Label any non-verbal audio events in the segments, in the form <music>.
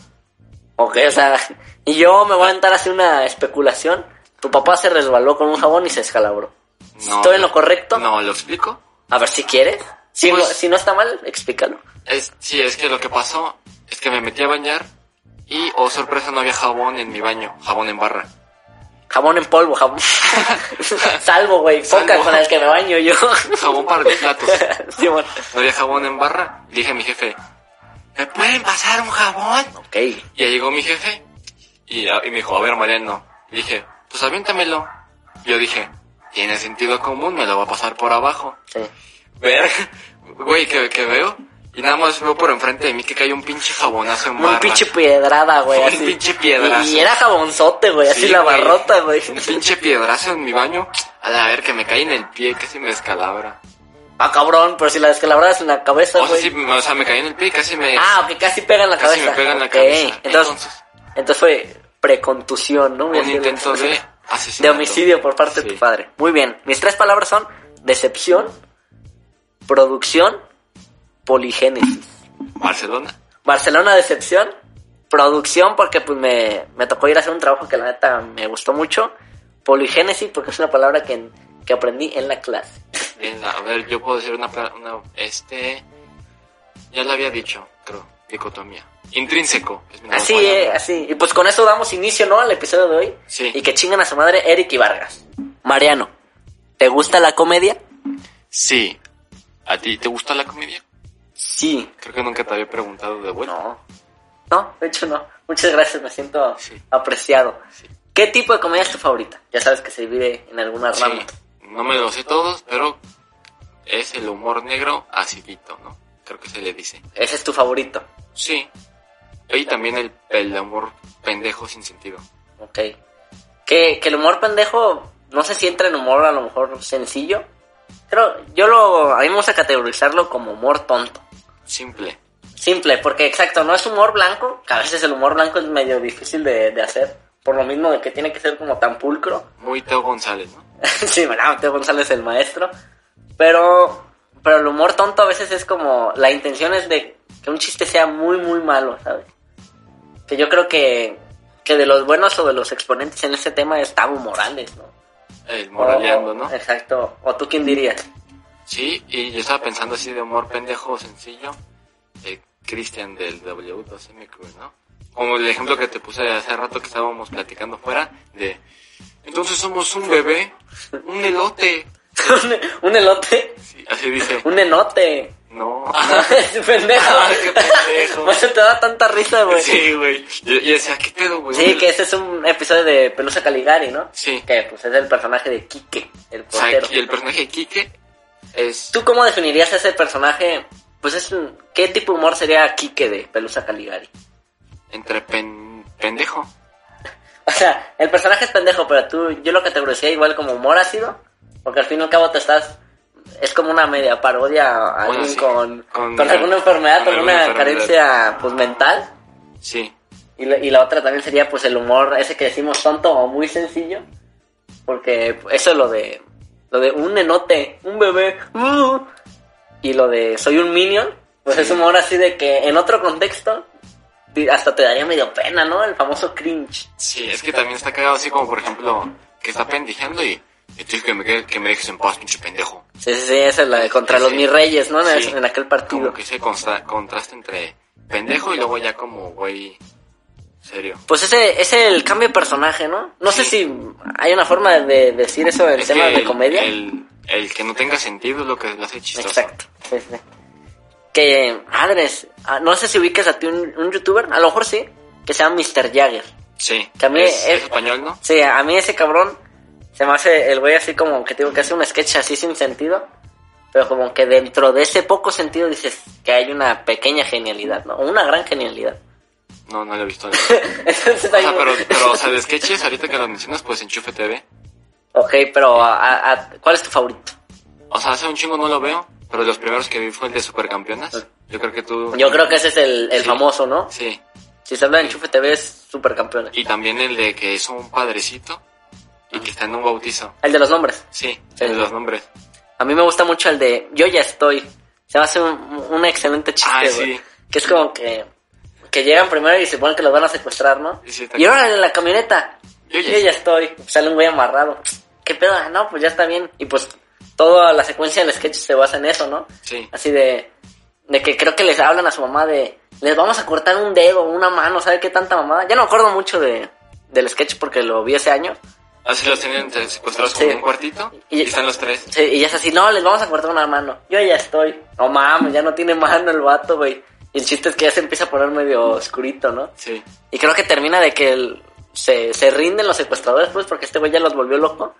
Ok, o sea, <laughs> y yo me voy a aventar a hacer una especulación. Tu papá se resbaló con un jabón y se escalabró. ¿Estoy en lo correcto? No, ¿lo explico? A ver si quieres. Si, Pues- no, si no está mal, explícalo. Es, sí, es que lo que pasó es que me metí a bañar y, oh sorpresa, no había jabón en mi baño, jabón en barra. Jabón en polvo, <laughs> jabón. <laughs> Salvo, güey. Foca Salvo. con el que me baño yo. <laughs> Jabón para los platos. <laughs> Sí, bueno. No había jabón en barra. Dije a mi jefe, ¿me pueden pasar un jabón? Ok. Y ahí llegó mi jefe y, a- y me dijo, a ver, Mariano. Y dije, pues aviéntamelo. Yo dije, tiene sentido común, me lo va a pasar por abajo. Sí. Ver, <laughs> güey, que, que veo. Y nada más veo por enfrente de mí que cae un pinche jabonazo en barra. Un pinche piedrada, güey. Un así. pinche piedrazo. Y era jabonzote, güey. Así Sí, la güey. barrota, güey. Un pinche piedrazo en mi baño. A la ver, que me cae en el pie, casi me descalabra. Ah, cabrón. Pero si la descalabras en la cabeza, O sea, güey. sí, me- o sea, me caí en el pie y casi me... Ah, que casi pega en la Casi cabeza. me pega en la Ok, cabeza. Entonces, Entonces. entonces fue precontusión, ¿no? un intento de de asesinato. homicidio por parte de Sí. tu padre. Muy bien. Mis tres palabras son decepción, producción, poligénesis. Barcelona. Barcelona decepción, producción porque pues me, me tocó ir a hacer un trabajo que la neta me gustó mucho, poligénesis porque es una palabra que, que aprendí en la clase. Bien, a ver, yo puedo decir una, pa- una- este, ya lo había dicho, creo, dicotomía. Intrínseco. es mi nueva Así, palabra. eh, así. Y pues con eso damos inicio, ¿no? Al episodio de hoy. Sí. Y que chingan a su madre Eric y Vargas. Mariano, ¿te gusta la comedia? Sí. ¿A ti te gusta la comedia? Sí. Creo que nunca te había preguntado de vuelta. No. No, de hecho no. Muchas gracias, me siento Sí. apreciado. Sí. ¿Qué tipo de comedia es tu favorita? Ya sabes que se divide en algunas Sí, ramas. no me lo sé todos, pero es el humor negro acidito, ¿no? Creo que se le dice. Ese es tu favorito. Sí. Y también el, el humor pendejo sin sentido. Ok. Que, que el humor pendejo, no sé si entra en humor a lo mejor sencillo. Pero yo lo, a mí me gusta categorizarlo como humor tonto. Simple. Simple, porque exacto, no es humor blanco, que a veces el humor blanco es medio difícil de, de hacer, por lo mismo de que tiene que ser como tan pulcro. <laughs> Muy Teo González, ¿no? sí, bueno, Teo González es el maestro, pero, pero el humor tonto a veces es como, la intención es de que un chiste sea muy, muy malo, ¿sabes? Que yo creo que, que Que de los buenos o de los exponentes en este tema es Tavo Morales, ¿no? El moraleando, ¿no? Exacto. ¿O tú quién dirías? <laughs> Sí, y yo estaba pensando así de humor pendejo sencillo, eh, Cristian del W12 Micro, ¿no? Como el ejemplo que te puse hace rato que estábamos platicando fuera, de entonces somos un bebé, un elote. un, un elote. Sí, así dice, Un enote. no. <laughs> Es <laughs> pendejo. Ah, qué pendejo. Por eso te da tanta risa, güey. Sí, Sí, güey. Y y decía, ¿qué pedo, güey? que ese es un episodio de Pelusa Caligari, ¿no? Sí. Que pues es el personaje de Quique, el O sea, portero. y el personaje de Quique es. ¿Tú cómo definirías a ese personaje? Pues es un- ¿Qué tipo de humor sería Quique de Pelusa Caligari? entre pen- pendejo. O sea, el personaje es pendejo, pero tú, yo lo categorizaría igual como humor ácido, porque al fin y al cabo te estás, es como una media parodia a Bueno, alguien sí, con, con- con alguna enfermedad, con, con alguna alguna enfermedad. carencia pues mental, Sí. y la, y la otra también sería pues el humor ese que decimos tonto o muy sencillo, porque eso es lo de, lo de un nenote, un bebé, uh, y lo de soy un minion, pues es humor así de que en otro contexto di- hasta te daría medio pena, ¿no? El famoso cringe. Sí, es que también está cagado así como, por ejemplo, que está pendejeando y y tú que me, que que me dejes en paz, pinche pendejo. Sí, sí, sí, esa es la de contra Sí. los mis reyes, ¿no? En, Sí. en aquel partido. Como que ese consta- contraste entre pendejo y luego ya como güey serio. Pues ese es el cambio de personaje, ¿no? No sé Sí. si hay una forma de decir eso en Es temas que de el- comedia. El, el que no tenga sentido es lo que lo hace chistoso. Exacto. Sí, sí. Que, madres, ah, no sé si ubicas a ti un, un youtuber, a lo mejor sí, que se llama Mr. Jagger. Sí. Que a mí es, es- es español, ¿no? Sí, a mí ese cabrón se me hace el güey así como que tengo que hacer un sketch así sin sentido. Pero como que dentro de ese poco sentido dices que hay una pequeña genialidad, ¿no? O una gran genialidad. <laughs> No, no lo he visto. o sea, Entonces, hay un- pero, pero, o sea, de sketches, ahorita que lo mencionas, pues enchufe TV. Ok, pero a- a- a- ¿cuál es tu favorito? O sea, hace un chingo no lo veo, pero los primeros que vi fue el de Supercampeonas. Yo creo que tú... Ah. Yo creo que ese es el, el Mm, Sí. famoso, ¿no? Sí. Si se habla de Enchufe TV es supercampeones. Y también el de que es un padrecito y que está en un bautizo. El de los nombres. Sí, Ah. Sí. el de los nombres. A mí me gusta mucho el de Yo ya estoy. Se me hace un, un excelente chiste, Ah, güey. sí. Que es como que, que llegan primero y se ponen que los van a secuestrar, ¿no? Sí, sí, está y ahora en la camioneta. Yo ya estoy. Sale un güey amarrado. ¿Qué pedo? Ah, No, pues ya está bien. Y pues toda la secuencia del sketch se basa en eso, ¿no? Sí. Así de, de que creo que les hablan a su mamá de, les vamos a cortar un dedo, una mano, ¿sabe qué tanta mamada? Ya no me acuerdo mucho de, del sketch porque lo vi ese año. Así Ah, los tienen entre- secuestrados Sí. como en un cuartito Y- y, están los tres. Sí, y ya es así, no, les vamos a cortar una mano. Yo ya estoy. No mames, ya no tiene mano el vato, güey. Y el chiste es que ya se empieza a poner medio oscurito, ¿no? Sí. Y creo que termina de que el- se, se rinden los secuestradores, pues, porque este güey ya los volvió loco.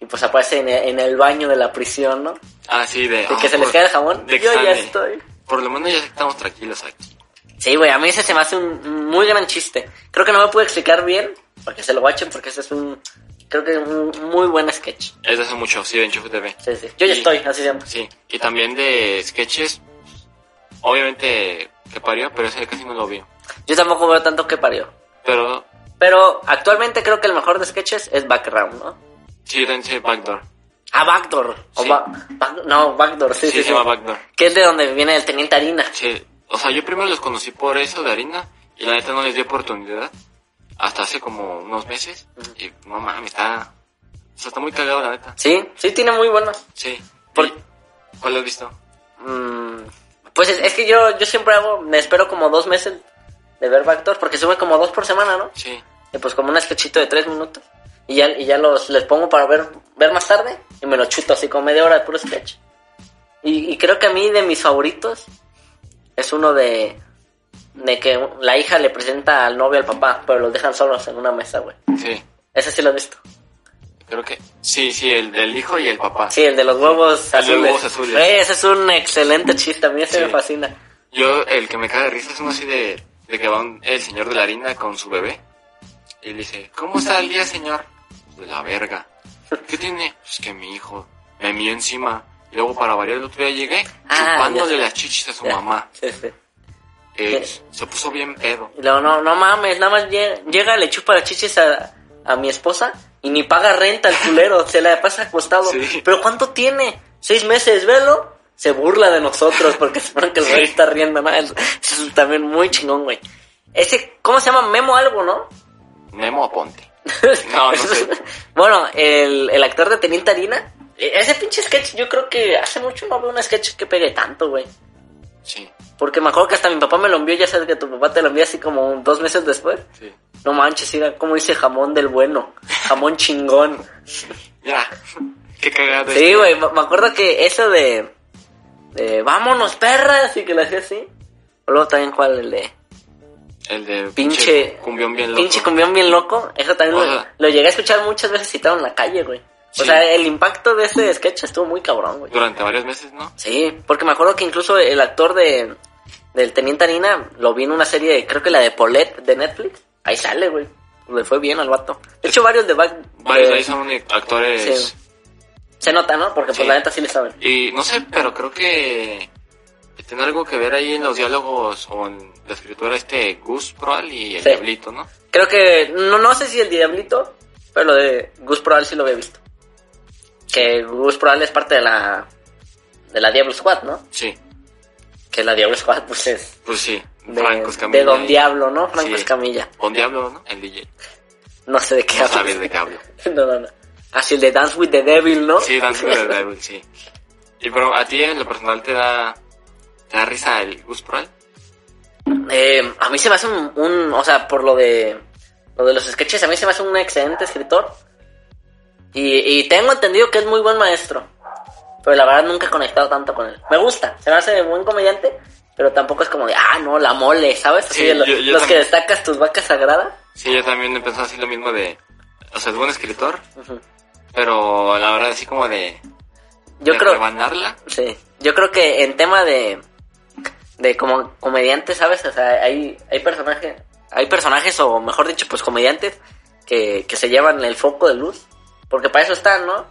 Y pues aparece en el, en el baño de la prisión, ¿no? Ah, sí, de... De que ah, se les por- cae el jabón. de que Yo están ya de- estoy. Por lo menos ya estamos tranquilos aquí. Sí, güey, a mí ese se me hace un muy gran chiste. Creo que no me puedo explicar bien, porque se lo watchen, porque ese es un, creo que es un muy buen sketch. Es de hace mucho, sí, de Enchufe TV. Sí, sí. Yo ya Y- estoy, así siempre. Sí, y también de sketches, obviamente que parió, pero ese casi no lo vio. Yo tampoco veo tanto que parió. Pero Pero actualmente creo que el mejor de sketches es Background, ¿no? sí, dense Backdoor. Ah, Backdoor. O Sí. Ba- Back- no, Backdoor, sí, Sí, sí. se sí. llama Backdoor. Que es de donde viene el Teniente Harina. Sí, o sea, yo primero los conocí por eso de harina y la neta no les di oportunidad hasta hace como unos meses y no mames, está, o sea, está muy cagado la neta. Sí, sí, tiene muy buenos. Sí. Por- ¿Y ¿Cuál has visto? Mm, pues es, es que yo, yo siempre hago, me espero como dos meses de ver Backdoor, porque sube como dos por semana, ¿no? Sí. Y pues como un sketchito de tres minutos. Y ya, y ya los, les pongo para ver, ver más tarde. Y me lo chuto así como media hora de puro sketch. Y, y creo que a mí de mis favoritos es uno de, de que la hija le presenta al novio al papá, pero los dejan solos en una mesa, güey. Sí. Ese sí lo he visto. Creo que sí, sí, el del hijo y el papá. Sí, el de los huevos El de azules. los huevos azules. Eh, ese es un excelente chiste, a mí ese Sí. me fascina. Yo, el que me cae de risa es uno así de, de que va un- el señor de la harina con su bebé. Y le dice, ¿cómo está el día, señor? De la verga. ¿Qué tiene? Pues que mi hijo me mió encima. Y luego, para variar, el otro día llegué Ah, chupándole ya. las chichis a su Ya. mamá. Sí, sí. Eh, <laughs> Sí. se puso bien pedo. Y luego, no, no mames, nada más llega, llega, le chupa las chiches a, a mi esposa y ni paga renta al culero, se la pasa acostado. Sí. Pero ¿cuánto tiene? Seis meses, velo. Se burla de nosotros porque suponen que el güey Sí. está riendo, ¿no? Es, es también muy chingón, güey. Ese, ¿cómo se llama? Memo algo, ¿no? Nemo Aponte. No, no sé. <laughs> bueno, el, el actor de Teniente Harina. e- Ese pinche sketch, yo creo que hace mucho no veo un sketch que pegue tanto, güey. Sí, Porque me acuerdo que hasta mi papá me lo envió, ya sabes que tu papá te lo envía así como un- dos meses después. sí. No manches, mira cómo dice jamón del bueno, jamón <laughs> chingón. Ya. <laughs> Qué cagada. Sí, güey, me me acuerdo que eso de, de vámonos perras y que lo hacía así. O luego también cuál el de El de pinche cumbión bien loco. pinche cumbión bien loco, eso también lo, Ajá. lo llegué a escuchar muchas veces citado en la calle, güey. O Sí. sea, el impacto de ese sketch estuvo muy cabrón, güey. Durante varios meses, ¿no? Sí, porque me acuerdo que incluso el actor de del Teniente Harina lo vi en una serie, creo que la de Paulette de Netflix. Ahí sale, güey. Le fue bien al vato. De hecho, varios de Back. Varios de- ahí son actores. Sí. Se nota, ¿no? Porque Sí. pues la neta sí le saben. Y no sé, pero creo que que tiene algo que ver ahí en los diálogos o en la escritura este Gus Proal y el Sí. Diablito, ¿no? Creo que. No, no sé si el Diablito, pero lo de Gus Proal sí lo había visto. Que Gus Proal es parte de la. de la Diablo Squad, ¿no? Sí, Que la Diablo Squad, pues es. pues sí. De, Franco Escamilla. de Don y- Diablo, ¿no? Franco Sí. Escamilla. Don Diablo, ¿no? El DJ. No sé de qué No hablas. sabes de qué hablo. <laughs> No, no, no. Así el de Dance with the Devil, ¿no? Sí, Dance with the <laughs> Devil, sí. Y pero a ti en lo personal te da, te da risa el Gus Proal. Eh, a mí se me hace un, un- O sea, por lo de. Lo de los sketches, a mí se me hace un excelente escritor. Y, y tengo entendido que es muy buen maestro. Pero la verdad nunca he conectado tanto con él. Me gusta, se me hace buen comediante. Pero tampoco es como de, ah, no, la mole, ¿sabes? Así Sí, de lo- yo- yo los que también. destacas tus vacas sagradas. Sí, yo también he pensado así lo mismo de, o sea, es buen escritor, Ujú. pero la verdad así como de, Yo de creo. rebanarla. Sí, yo creo que en tema de de como comediante, ¿sabes? O sea, hay hay personajes, hay personajes o mejor dicho, pues comediantes que, que se llevan el foco de luz, porque para eso están, ¿no?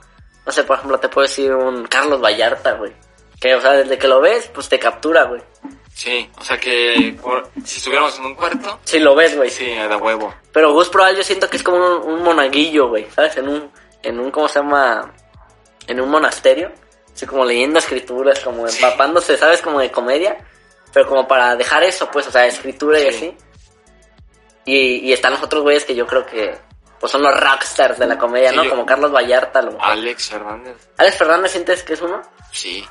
No sé, por ejemplo, te puedo decir un Carlos Vallarta, güey, que o sea, desde que lo ves, pues te captura, güey. Sí, o sea que por- si estuviéramos en un cuarto, Sí lo ves, güey. sí, de huevo. Pero Gus Proal yo siento que es como un, un monaguillo, güey, ¿sabes? En un en un ¿cómo se llama? En un monasterio, así como leyendo escrituras, como empapándose, ¿sabes? Como de comedia, pero como para dejar eso, pues, o sea, escritura y Sí. así. Y, y están los otros güeyes que yo creo que pues son los rockstars de la comedia, Sí, ¿no? yo- Ah. Como Carlos Vallarta, a lo mejor. Alex Fernández, Alex Fernández sientes que es uno? sí.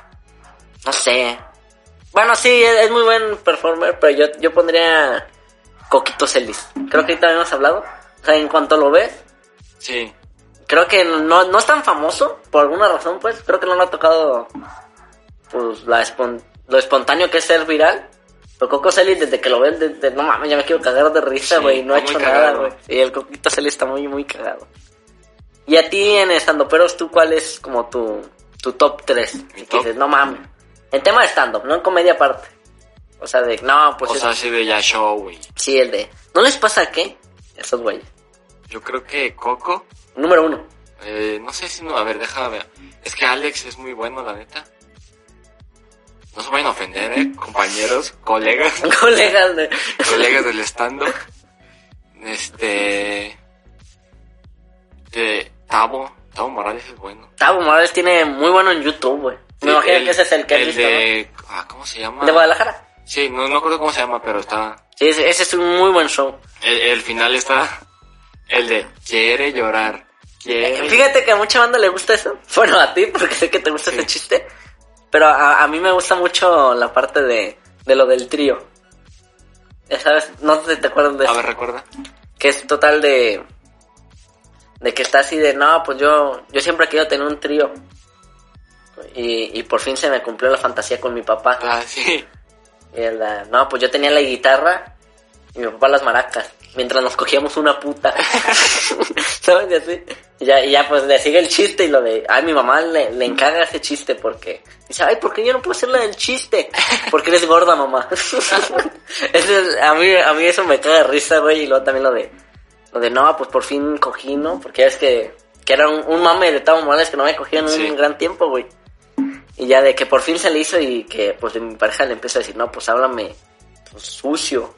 No sé. Bueno, sí, es, es muy buen performer, pero yo, yo pondría Coquito Celis. Creo que ahorita habíamos hablado. O sea, en cuanto lo ves, Sí, creo que no, no es tan famoso, por alguna razón, pues. Creo que no le ha tocado pues la espon- lo espontáneo que es ser viral. Pero Coco Celis, desde que lo ven, de- de- no mames, ya me quiero cagar de risa, Sí, güey. no ha está hecho muy nada, cagado. güey. Sí, el Coquito Celis está muy, muy cagado. Y a ti en stand-uperos, ¿tú cuál es como tu, tu top 3? Mi Si top. dices, no mames. En tema de stand-up, no en comedia aparte. O sea, de, no, pues o es- sea, así de ya show, y sí, el de, ¿no les pasa qué? Esos güeyes. Yo creo que Coco, Número uno. <laughs> eh, no sé si no, a ver, déjame ver. Es que Alex es muy bueno, la neta. No se vayan a ofender, eh, compañeros, colegas. <laughs> Colegas de... colegas del stand-up. Este. eh, Tavo. Tavo Morales es bueno. Tavo Morales tiene muy bueno en YouTube, güey. Me Sí, imagino el- que ese es el que has el visto, de, ah, ¿Cómo se ¿no? llama? De Guadalajara. Sí, no, no acuerdo cómo se llama, pero está. Sí, ese, ese es un muy buen show. El, el final está. El de Quiere llorar. Quiere. Eh, Fíjate que a mucha banda le gusta eso. <laughs> Bueno, a ti, porque sé que te gusta Sí. ese chiste. Pero a, a mí me gusta mucho la parte de, de lo del trío. Ya sabes, no sé si te acuerdas de A eso. ver, recuerda. que es total de de que está así de no pues yo yo siempre he querido tener un trío y, y por fin se me cumplió la fantasía con mi papá Ah, sí. y el, ah, no pues yo tenía la guitarra y mi papá las maracas mientras nos cogíamos una puta <laughs> sabes y así y ya, y ya pues le sigue el chiste y lo de ay mi mamá le, le encarga ese chiste porque dice ay por qué yo no puedo hacer la del chiste porque eres gorda mamá <laughs> Ese es- a mí a mí eso me caga de risa güey y luego también lo de lo de no, pues por fin cogí, ¿no? Porque ya es que, que era un, un mame de Tavo Morales que no me cogido en un Sí. gran tiempo, güey. Y ya de que por fin se le hizo y que pues de mi pareja le empieza a decir, no, pues háblame pues, sucio,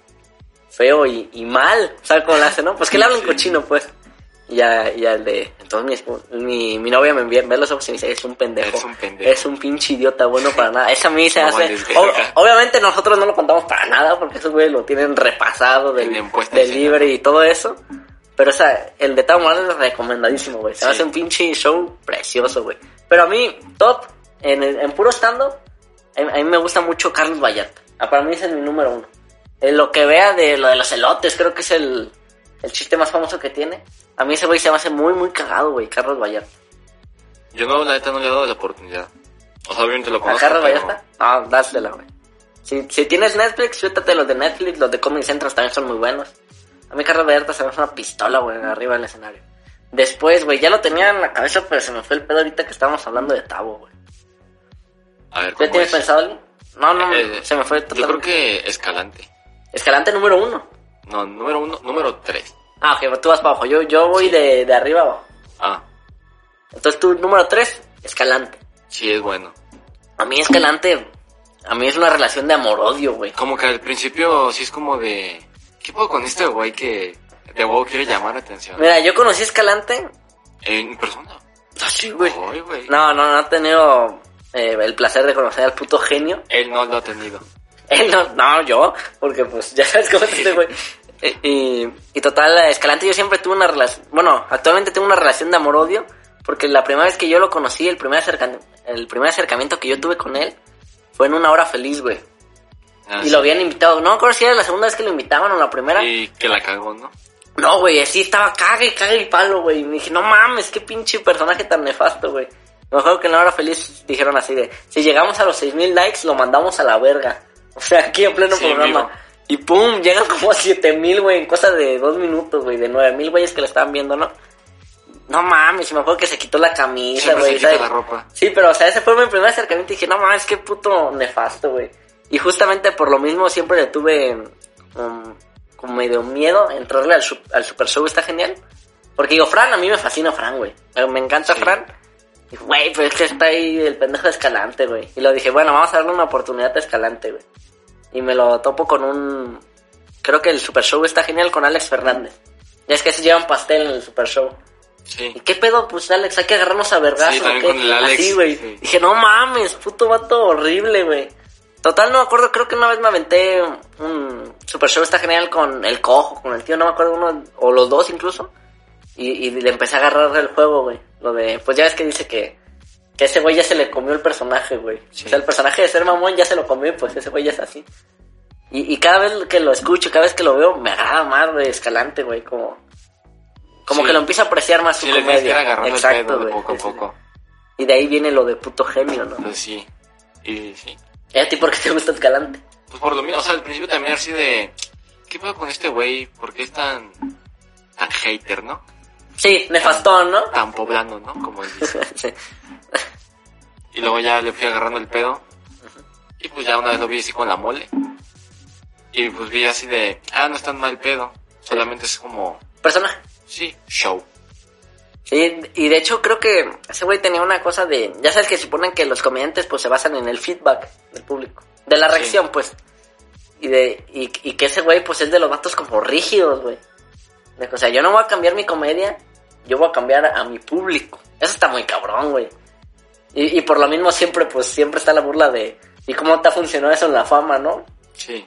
feo y, y mal. ¿Sabes cómo lo hace, no? Pues que le hablan Sí. cochino, pues. Y ya, y ya el de... Entonces mi, espo- mi, mi novia me envía, ve los ojos y me dice, es un pendejo. Es un pendejo. Es un pinche idiota, bueno para nada. Esa a mí se No hace... vales verga. o- Obviamente nosotros no lo contamos para nada porque esos güeyes lo tienen repasado del, Tienen puesta del en escena. libre y todo eso. Pero o sea, el de Tom Warner es recomendadísimo, güey. Se me Sí. hace un pinche show precioso, güey. Pero a mí, top, en, el- en puro stand-up, a, a mí me gusta mucho Carlos Vallarta. Ah, Para mí ese es mi número uno. Eh, lo que vea de lo de los elotes, creo que es el, el chiste más famoso que tiene. A mí ese güey se me hace muy, muy cagado, güey, Carlos Vallarta. Yo no, la neta no le he dado la oportunidad. O sea, obviamente lo ¿A conozco. Carlos pero- Vallarta? No, dásela, güey. Si, si tienes Netflix, suéltate los de Netflix, los de Comedy Central también son muy buenos. A mí Carlos Vallarta se me hace una pistola, güey, arriba del escenario. Después, güey, ya lo tenía en la cabeza, pero se me fue el pedo ahorita que estábamos hablando de Tabo, güey. A ver, ¿Tú ya ¿cómo tienes es? pensado alguien? No, no, Eh, se me fue Yo creo totalmente. que Escalante. Escalante número uno. No, número uno, número tres. Ah, ok, tú vas para abajo. Yo, yo voy de, de arriba abajo. Ah, Entonces tú, número tres, Escalante. sí, es bueno. A mí Escalante, a mí es una relación de amor-odio, güey. Como que al principio sí es como de... ¿Qué puedo con este güey que de huevo quiere llamar la atención? Mira, yo conocí a Escalante En persona. así, güey. Ay, Ah, güey. No, no, no ha tenido eh, el placer de conocer al puto genio. <laughs> Él no lo ha tenido. Él no, no, yo, porque pues <laughs> ya sabes cómo es este güey. Eh, Y, y total, Escalante yo siempre tuve una relación, bueno, actualmente tengo una relación de amor-odio, porque la primera vez que yo lo conocí, el primer, acerca- el primer acercamiento que yo tuve con él fue en una hora feliz, güey. Ah, Y lo sí. habían invitado, no me acuerdo si era la segunda vez que lo invitaban o la primera. Y que la cagó, ¿no? No, güey, así estaba caga y caga y palo, güey. Y me dije, no mames, qué pinche personaje tan nefasto, güey. Me acuerdo que en la hora feliz dijeron así de, si llegamos a los 6000 likes, lo mandamos a la verga. <laughs> O sea, aquí en pleno Sí, programa. vivo. Y pum, llegan como a 7000, güey, en cosa de dos minutos, güey, de 9000 güeyes que la estaban viendo, ¿no? No mames, y me acuerdo que se quitó la camisa, Siempre se güey. quita ¿sabes? la ropa. Sí, pero, o sea, ese fue mi primer acercamiento y dije, no mames, qué puto nefasto, güey. Y justamente por lo mismo siempre le tuve um, como medio miedo entrarle al, sup- al Super Show, está genial. Porque digo, Fran, a mí me fascina Fran, güey. Me- Me encanta Sí. Fran. Y, güey, pero es que está ahí el pendejo de Escalante, güey. Y lo dije, bueno, vamos a darle una oportunidad a Escalante, güey. Y me lo topo con un... Creo que el Super Show está genial con Alex Fernández. Ya es que se llevan pastel en el Super Show. Sí. ¿Y qué pedo? Pues Alex, hay que agarrarnos a vergas. Sí, también con el Alex. Así, güey. Sí. Dije, no mames, puto vato horrible, güey. Total, no me acuerdo, creo que una vez me aventé un Super Show está genial con el cojo, con el tío, no me acuerdo uno, o los dos incluso. Y, y le empecé a agarrar el juego, güey. Lo de, pues ya ves que dice que, que ese güey ya se le comió el personaje, güey. Sí. O sea, el personaje de ser mamón ya se lo comió, y pues ese güey ya es así. Y, y cada vez que lo escucho, cada vez que lo veo, me agrada más, güey, escalante, güey, como... Como Sí. que lo empiezo a apreciar más su Sí, le tienes que ir comedia. agarrando el Exacto, pedo de güey. poco a Sí, sí, poco. sí. Y de ahí viene lo de puto genio, ¿no? Entonces sí. Y sí. ¿Y a ti por qué te gusta Escalante? Pues por lo mismo, o sea, al principio también así de... ¿Qué pedo con este güey? ¿Por qué es tan... tan hater, no? Sí, nefastón, ¿no? Tan poblano, ¿no? Como él dice. <laughs> sí. Y luego ya le fui agarrando el pedo. Y pues ya una vez lo vi así con la mole. Y pues vi así de, ah, no es tan mal pedo. Solamente es como, Personaje. sí, show. Sí, y de hecho creo que ese güey tenía una cosa de... Ya sabes que suponen que los comediantes pues se basan en el feedback del público. De la Sí. reacción, pues. Y, de, y, y que ese güey pues es de los vatos como rígidos, güey. De que, O sea, yo no voy a cambiar mi comedia, yo voy a cambiar a mi público. Eso está muy cabrón, güey. Y, y por lo mismo siempre, pues siempre está la burla de... ¿Y cómo te ha funcionado eso en la fama, no? Sí.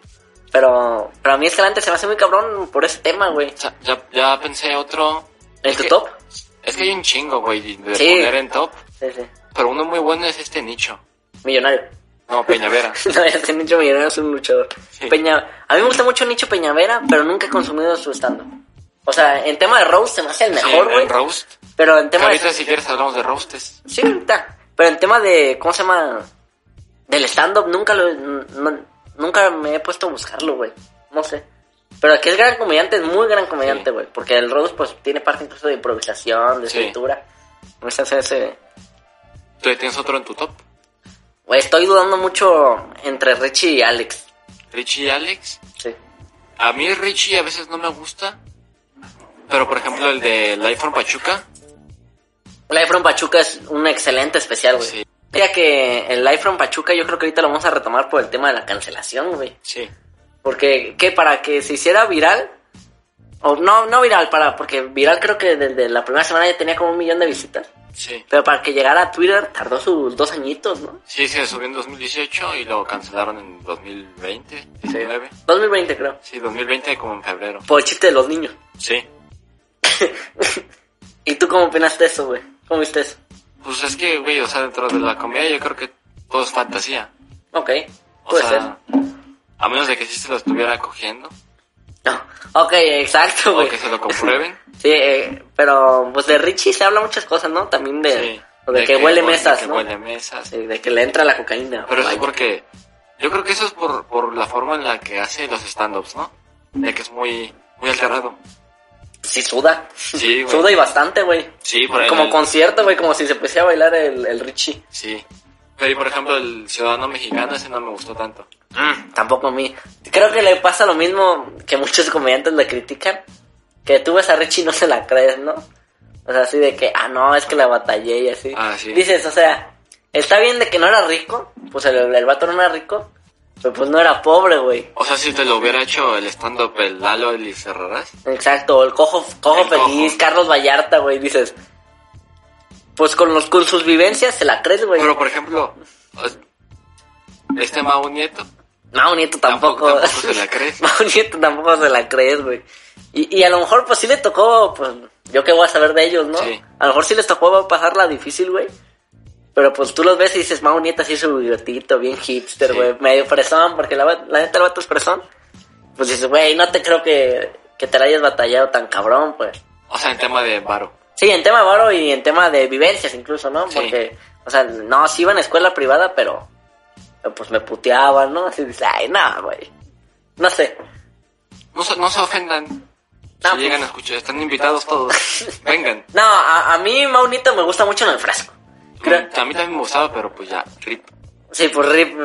Pero, pero a mí Escalante se me hace muy cabrón por ese tema, güey. O sea, ya, ya pensé otro. ¿En Es tu que- top? Es que hay un chingo, güey, de Sí. poner en top. Sí, sí. Pero uno muy bueno es este nicho. Millonario. No, Peñavera. <laughs> No, ese Nicho Millonario es un luchador. Sí. Peña... A mí me gusta mucho Nicho Peñavera, pero nunca he consumido su stand O sea, en tema de roast se me hace el Sí, mejor, el- güey. el roast. pero en Que tema ahorita de... si quieres hablamos de roastes. Sí, ahorita. Pero en tema de... ¿Cómo se llama? Del stand-up nunca lo... n- n- nunca me he puesto a buscarlo, güey. No sé. Pero aquí es gran comediante, es muy gran comediante, Sí. güey. Porque el roast, pues, tiene parte incluso de improvisación, de Sí. escritura. No sé, ese... ese... ¿Tú ya tienes otro en tu top? Güey, estoy dudando mucho entre Richie y Alex. Richie y Alex. Sí. A mí Richie a veces no me gusta. Pero por ejemplo el de Life from Pachuca. Live from Pachuca es un excelente especial, güey. Sí. Mira que el Live from Pachuca yo creo que ahorita lo vamos a retomar por el tema de la cancelación, güey. Sí. Porque, ¿qué? Para que se hiciera viral. O no, no viral, para, porque viral creo que desde la primera semana ya tenía como un millón de visitas. Sí. Pero para que llegara a Twitter tardó sus dos añitos, ¿no? Sí, se subió en 2018 y lo cancelaron en 2020, 19. 2020 creo. Sí, 2020 como en febrero. Por el chiste de los niños. Sí. ¿Y tú cómo opinaste eso, güey? ¿Cómo viste eso? Pues es que, güey, o sea, dentro de la comedia yo creo que todo es fantasía. Ok, O puede sea, ser. a menos de que sí se lo estuviera cogiendo No. Ok, exacto, <laughs> o güey. que se <laughs> lo comprueben. Sí, eh, pero pues de Richie se habla muchas cosas, ¿no? También de, sí. lo de, que, huele mesas, que ¿no? huele mesas. Sí, de que le entra la cocaína. Pero eso es Vaya. porque. Yo creo que eso es por, por la forma en la que hace los stand-ups, ¿no? De que es muy, muy alterado. Sí, suda. <laughs> Sí, güey. Suda y bastante, güey. Sí, por ahí Como el- concierto, güey, como si se pusiera a bailar el, el Richie. Sí. Pero, y por ejemplo, el ciudadano mexicano, ese no me gustó tanto. Mm. Tampoco a mí. Creo que le pasa lo mismo que muchos comediantes le critican. Que tú ves a Richie y no se la crees, ¿no? O sea, así de que, ah, no, es que la batallé y así. Ah, sí. Dices, o sea, está bien de que no era rico. Pues el, el vato no era rico. Pero pues no era pobre, güey. O sea, si te lo hubiera hecho el stand-up, el Lalo, el Cerrarás. Exacto, el cojo, cojo El Cojo. feliz, Carlos Vallarta, güey. Dices, pues con, los, con sus vivencias se la crees, güey. Pero, por ejemplo, os- este Mau Nieto, Mao Nieto tampoco. Tampoco- tampoco se la <laughs> crees. Mao Nieto tampoco se la crees, güey. Y, y a lo mejor, pues sí le tocó, pues yo qué voy a saber de ellos, ¿no? Sí. A lo mejor sí les tocó pasarla difícil, güey. Pero pues tú los ves y dices, Mao Nieto así su bigotito, bien hipster, Sí. güey. Medio fresón, porque la, va- la neta el vato es fresón. Pues dices, güey, no te creo que, que te la hayas batallado tan cabrón, pues. o sea, en tema de varo. Sí, en tema de varo y en tema de vivencias incluso, ¿no? Sí. Porque, o sea, no, sí iba a escuela privada, pero eh, pues me puteaban, ¿no? <laughs> Así dices, ay, no, güey. No sé. No, se- no se ofendan. No, si llegan pues. a escuchar, están invitados <laughs> todos. Vengan. No, a, a mí Maunito me gusta mucho en el frasco. Creo- Mm, A mí también me gustaba, pero pues ya, rip. Sí, pues Rip.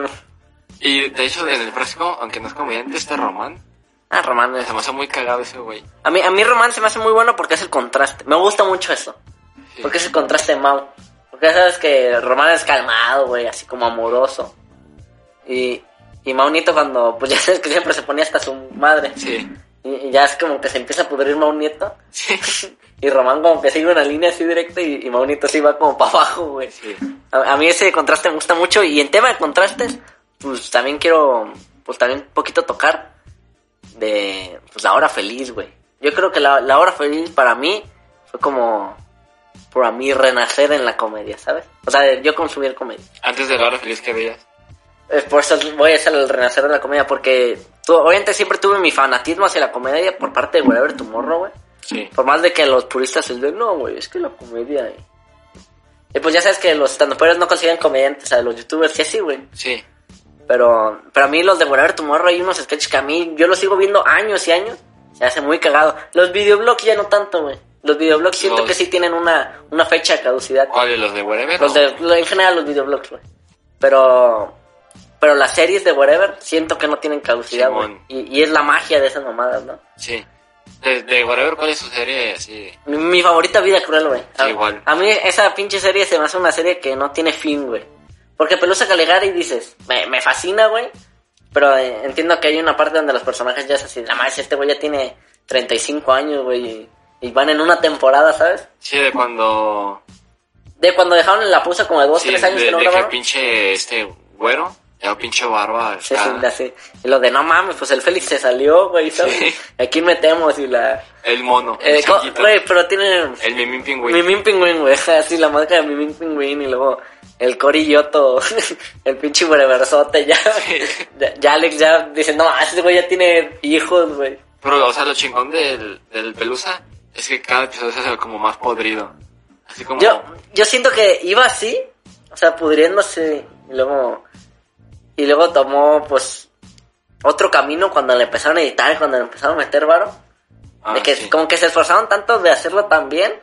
Y de hecho, en el fresco, aunque no es comediante, este Román Ah, Román. es- se me hace muy cagado ese güey. A mí, a mí Román se me hace muy bueno porque es el contraste. Me gusta mucho eso. Sí. Porque es el contraste de Mau. Porque ya sabes que Román es calmado, güey, así como amoroso. Y, y Maunito cuando, pues <laughs> ya sabes que siempre se ponía hasta su madre. Sí. <laughs> Y, y ya es como que se empieza a pudrir Mau Nieto. Sí. Y Román como que sigue una línea así directa y, y Mau Nieto así va como para abajo, güey. Sí. A, a mí ese contraste me gusta mucho. Y en tema de contrastes, pues también quiero, pues también un poquito tocar de, pues la hora feliz, güey. Yo creo que la, la hora feliz para mí fue como, para mí, renacer en la comedia, ¿sabes? O sea, yo consumir comedia. Antes de la hora feliz que veías. Eh, Por eso voy a hacer el renacer de la comedia, porque tu- obviamente siempre tuve mi fanatismo hacia la comedia por parte de Whatever Tomorrow, güey. Sí. Por más de que los puristas se digan, no, güey, es que la comedia... eh". Y pues ya sabes que los estandoperos no consiguen comediantes, o sea, los youtubers sí así, güey. Sí. Pero, pero a mí los de Whatever Tomorrow hay unos sketches que a mí, yo los sigo viendo años y años, se hace muy cagado. Los videoblogs ya no tanto, güey. Los videoblogs siento Los- que sí tienen una, una fecha de caducidad. ¿Cuál de los de Wherever? Los de, lo- en general los videoblogs, güey. Pero, pero las series de Whatever siento que no tienen caducidad, güey. Simón. Y, y es la magia de esas mamadas, ¿no? Sí. De, de Wherever, ¿cuál es su serie así? Mi, mi favorita Vida Cruel, güey. A, Sí, igual. a mí esa pinche serie se me hace una serie que no tiene fin, güey. Porque Pelusa Caligari dices, me, me fascina, güey. Pero eh, entiendo que hay una parte donde los personajes ya es así, la madre, si este güey ya tiene 35 años, güey. Y, y van en una temporada, ¿sabes? Sí, de cuando... De cuando dejaron la pusa como de 2, Sí, 3 de, años que no de que grabaron. pinche este güero, ya pinche barba. Sí, sí, cara. así. Y lo de no mames, pues el Félix se salió, güey, ¿sabes? Sí. Aquí metemos y la. El mono. Eh, el co- chiquito, güey, pero tiene. el mimín pingüino. Mimín Pingüín, güey. <laughs> Así la marca de Mimín Pingüín y luego el Corilloto, <laughs> el pinche breversote. Ya, Sí. ya, ya Alex ya dice, no, ese güey ya tiene hijos, güey. Pero, o sea, lo chingón del, del Pelusa es que cada episodio se hace como más podrido. Así como... Yo, yo siento que iba así, o sea, pudriéndose y luego, y luego tomó, pues, otro camino cuando le empezaron a editar, cuando le empezaron a meter varo. Ah, de que sí. como que se esforzaron tanto de hacerlo tan bien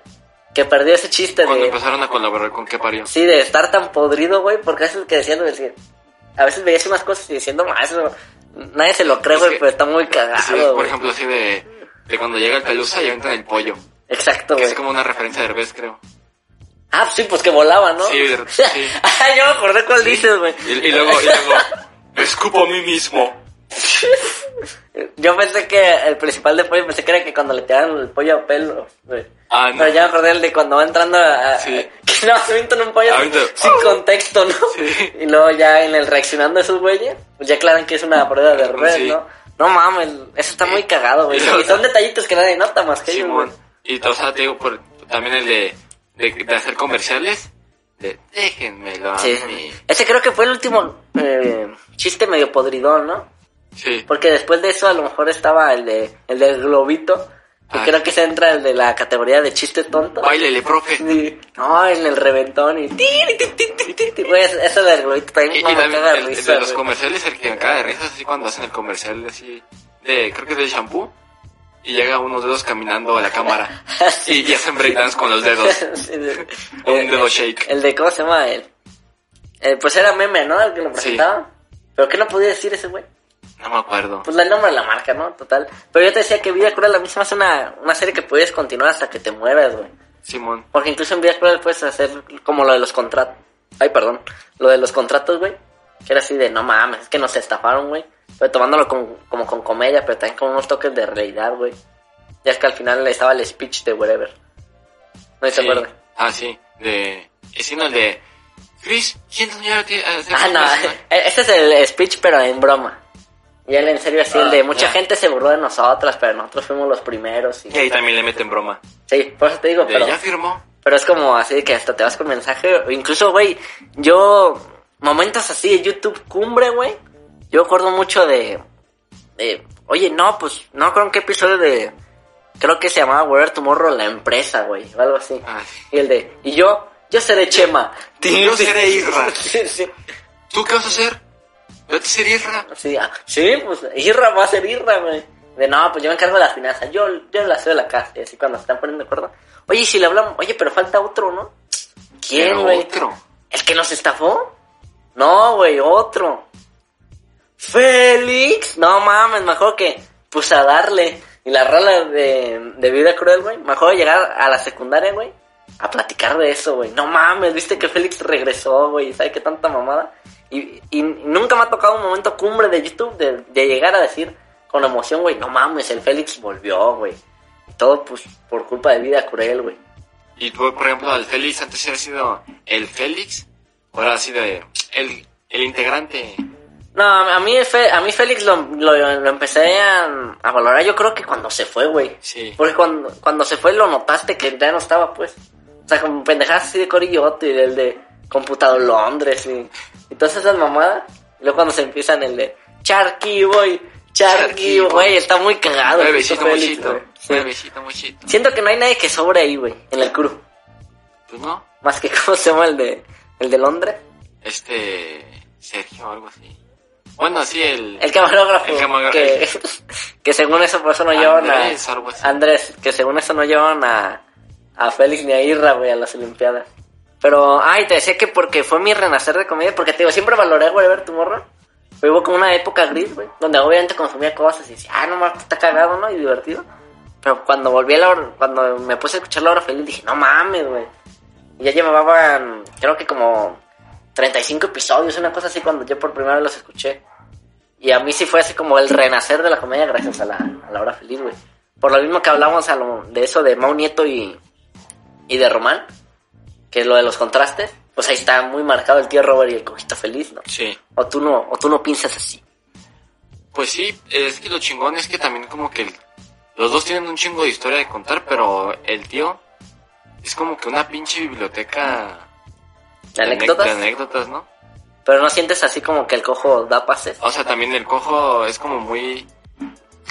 que perdió ese chiste Cuando de... empezaron a colaborar con Qué Parió. Sí, de estar tan podrido, güey, porque es el que decían, decir, a veces veías unas cosas y diciendo, "Ma, eso nadie se lo cree, Es güey, que- pero está muy Sí, cagado, por güey. ejemplo, así de, de cuando llega el Pelusa y aventan el pollo. Exacto, Que es güey. como una referencia de Herbes, creo. Ah, sí, pues que volaba, ¿no? Sí, <laughs> de- sí. ah, yo me acordé cuál dices, güey. Y, y luego, y luego, me <laughs> escupo a mí mismo. Yo pensé que el principal de pollo, pensé que era que cuando le tiraban el pollo a pelo, güey. Ah, no. Pero ya me acordé el de cuando va entrando a... Sí. <laughs> Que no, se avientan un pollo Ahorita- sin contexto, ¿no? Sí. Y luego ya en el reaccionando a esos güeyes, pues ya aclaran que es una prueba de red, Sí. ¿no? No mames, eso está muy cagado, güey. Y luego- Y son detallitos que nadie nota más que ellos, Simón. güey. Y, o sea, te digo, por, también el de, de, de hacer comerciales, de déjenmelo a Sí. mí. Ese creo que fue el último eh, chiste medio podridón, ¿no? Sí, Porque después de eso a lo mejor estaba el de el del globito, que Ah. creo que se entra el de la categoría de chistes tontos. bailele, profe. Sí. No, en el reventón y... tiri, ti, ti, ti, ti, ti. Güey, eso del globito Y, también y no me también caga el- el risa, de los güey. comerciales, el que me caga de risa es así cuando hacen el comercial así, de, creo que es de shampoo, y llega unos dedos caminando a la cámara, y, y hacen breakdance con los dedos, <laughs> Sí, sí. o un El- dedo shake. El de cómo se llama él. Eh, pues era meme, ¿no? El que lo presentaba. Pero que no podía decir ese güey. No me acuerdo. Pues el nombre de la marca, ¿no? Total. Pero yo te decía que Vida Cruel la misma es una, una serie que puedes continuar hasta que te mueras, güey. Simón. Porque incluso en Vida Cruel puedes hacer como lo de los contratos. Ay, perdón. Lo de los contratos, güey. Que era así de, no mames, es que nos estafaron, güey. Pero tomándolo con- como con comedia, pero también con unos toques de realidad, güey. Ya es que al final le estaba el speech de whatever. No sé si Sí. te acuerdas. Ah, sí, de, es sino el de, Chris, ¿quién te enseñó a ti a hacer Ah, no, comercial?" <laughs> ese es el speech, pero en broma. Y él en serio así, el de Ah, mucha ya. gente se burló de nosotras, pero nosotros fuimos los primeros. Y... Y ahí también le meten broma. Sí, por eso te digo, De, pero, ya firmó. pero es como así que hasta te vas con mensaje. o Incluso, güey, yo, momentos así de YouTube cumbre, güey, yo acuerdo mucho de, de, oye, no, pues, no creo en qué episodio de, creo que se llamaba Where Tomorrow la empresa, güey, o algo así. Ah, sí. Y el de, y yo, yo seré Chema. Yo seré Isra. <laughs> sí, sí. ¿Tú qué vas a hacer? Yo te seré Isra. Sí, ah, sí, pues Irra va a ser Irra, güey. De no, pues yo me encargo de las finanzas, yo, yo la sé de la casa, y así cuando se están poniendo de acuerdo. Oye, y si le hablamos, oye, pero falta otro, ¿no? ¿Quién, Pero güey? otro. ¿El que nos estafó? No, güey, otro. ¿Félix? No mames, mejor que, pues a darle. Y la rola de, de vida cruel, güey, mejor llegar a la secundaria, güey, a platicar de eso, güey. No mames, viste que Félix regresó, güey, ¿sabes qué tanta mamada? Y, y nunca me ha tocado un momento cumbre de YouTube de, de llegar a decir con emoción, güey, no mames, el Félix volvió, güey. Y todo, pues, por culpa de vida cruel, güey. Y tú, por ejemplo, al Félix, antes había sido el Félix, ahora ha sido eh, el, el integrante. No, a mí, Fe- a mí Félix lo, lo- lo empecé a, a valorar yo creo que cuando se fue, güey. Sí. Porque cuando, cuando se fue lo notaste que ya no estaba, pues. O sea, como pendejadas así de Corillote y del de Computador Londres y, y todas esas mamadas. Y luego cuando se empiezan el de Charky, güey. Charky, Charqui, güey. güey. Está muy cagado. el Nuevecito, puto Félix, muchito. güey. Sí. Nuevecito, muchito. Siento que no hay nadie que sobre ahí, güey. En el crew. Pues no, Más que <laughs> cómo se llama el de, el de Londres. este. Sergio o algo así. Bueno, sí, el. El camarógrafo. El camarógrafo. Que, <laughs> que según eso, por eso no llevan a. Andrés, algo así. Andrés, que según eso no llevan a. A Félix ni a Irra, güey, a las Olimpiadas. Pero, ay, te decía que porque fue mi renacer de comedia, porque te digo, siempre valoré Whatever Tomorrow. Pero hubo como una época gris, güey, donde obviamente consumía cosas y decía, ah, no mames, está cagado, ¿no? Y divertido. Pero cuando volví a la hora, cuando me puse a escuchar la hora feliz, dije, no mames, güey. Y ya llevaban, creo que como 35 episodios, una cosa así, cuando yo por primera vez los escuché. Y a mí sí fue así como el renacer de la comedia gracias a la, a la hora feliz, güey. Por lo mismo que hablamos a lo- de eso de Mau Nieto y, y de Román, que es lo de los contrastes, pues ahí está muy marcado el tío Robert y el cojito feliz, ¿no? Sí. O tú no, o tú no piensas así. Pues sí, es que lo chingón es que también como que el- los dos tienen un chingo de historia de contar, pero el tío es como que una pinche biblioteca ¿De anec- anécdotas? de anécdotas, ¿no? Pero no sientes así como que el cojo da pases. O sea, también el cojo es como muy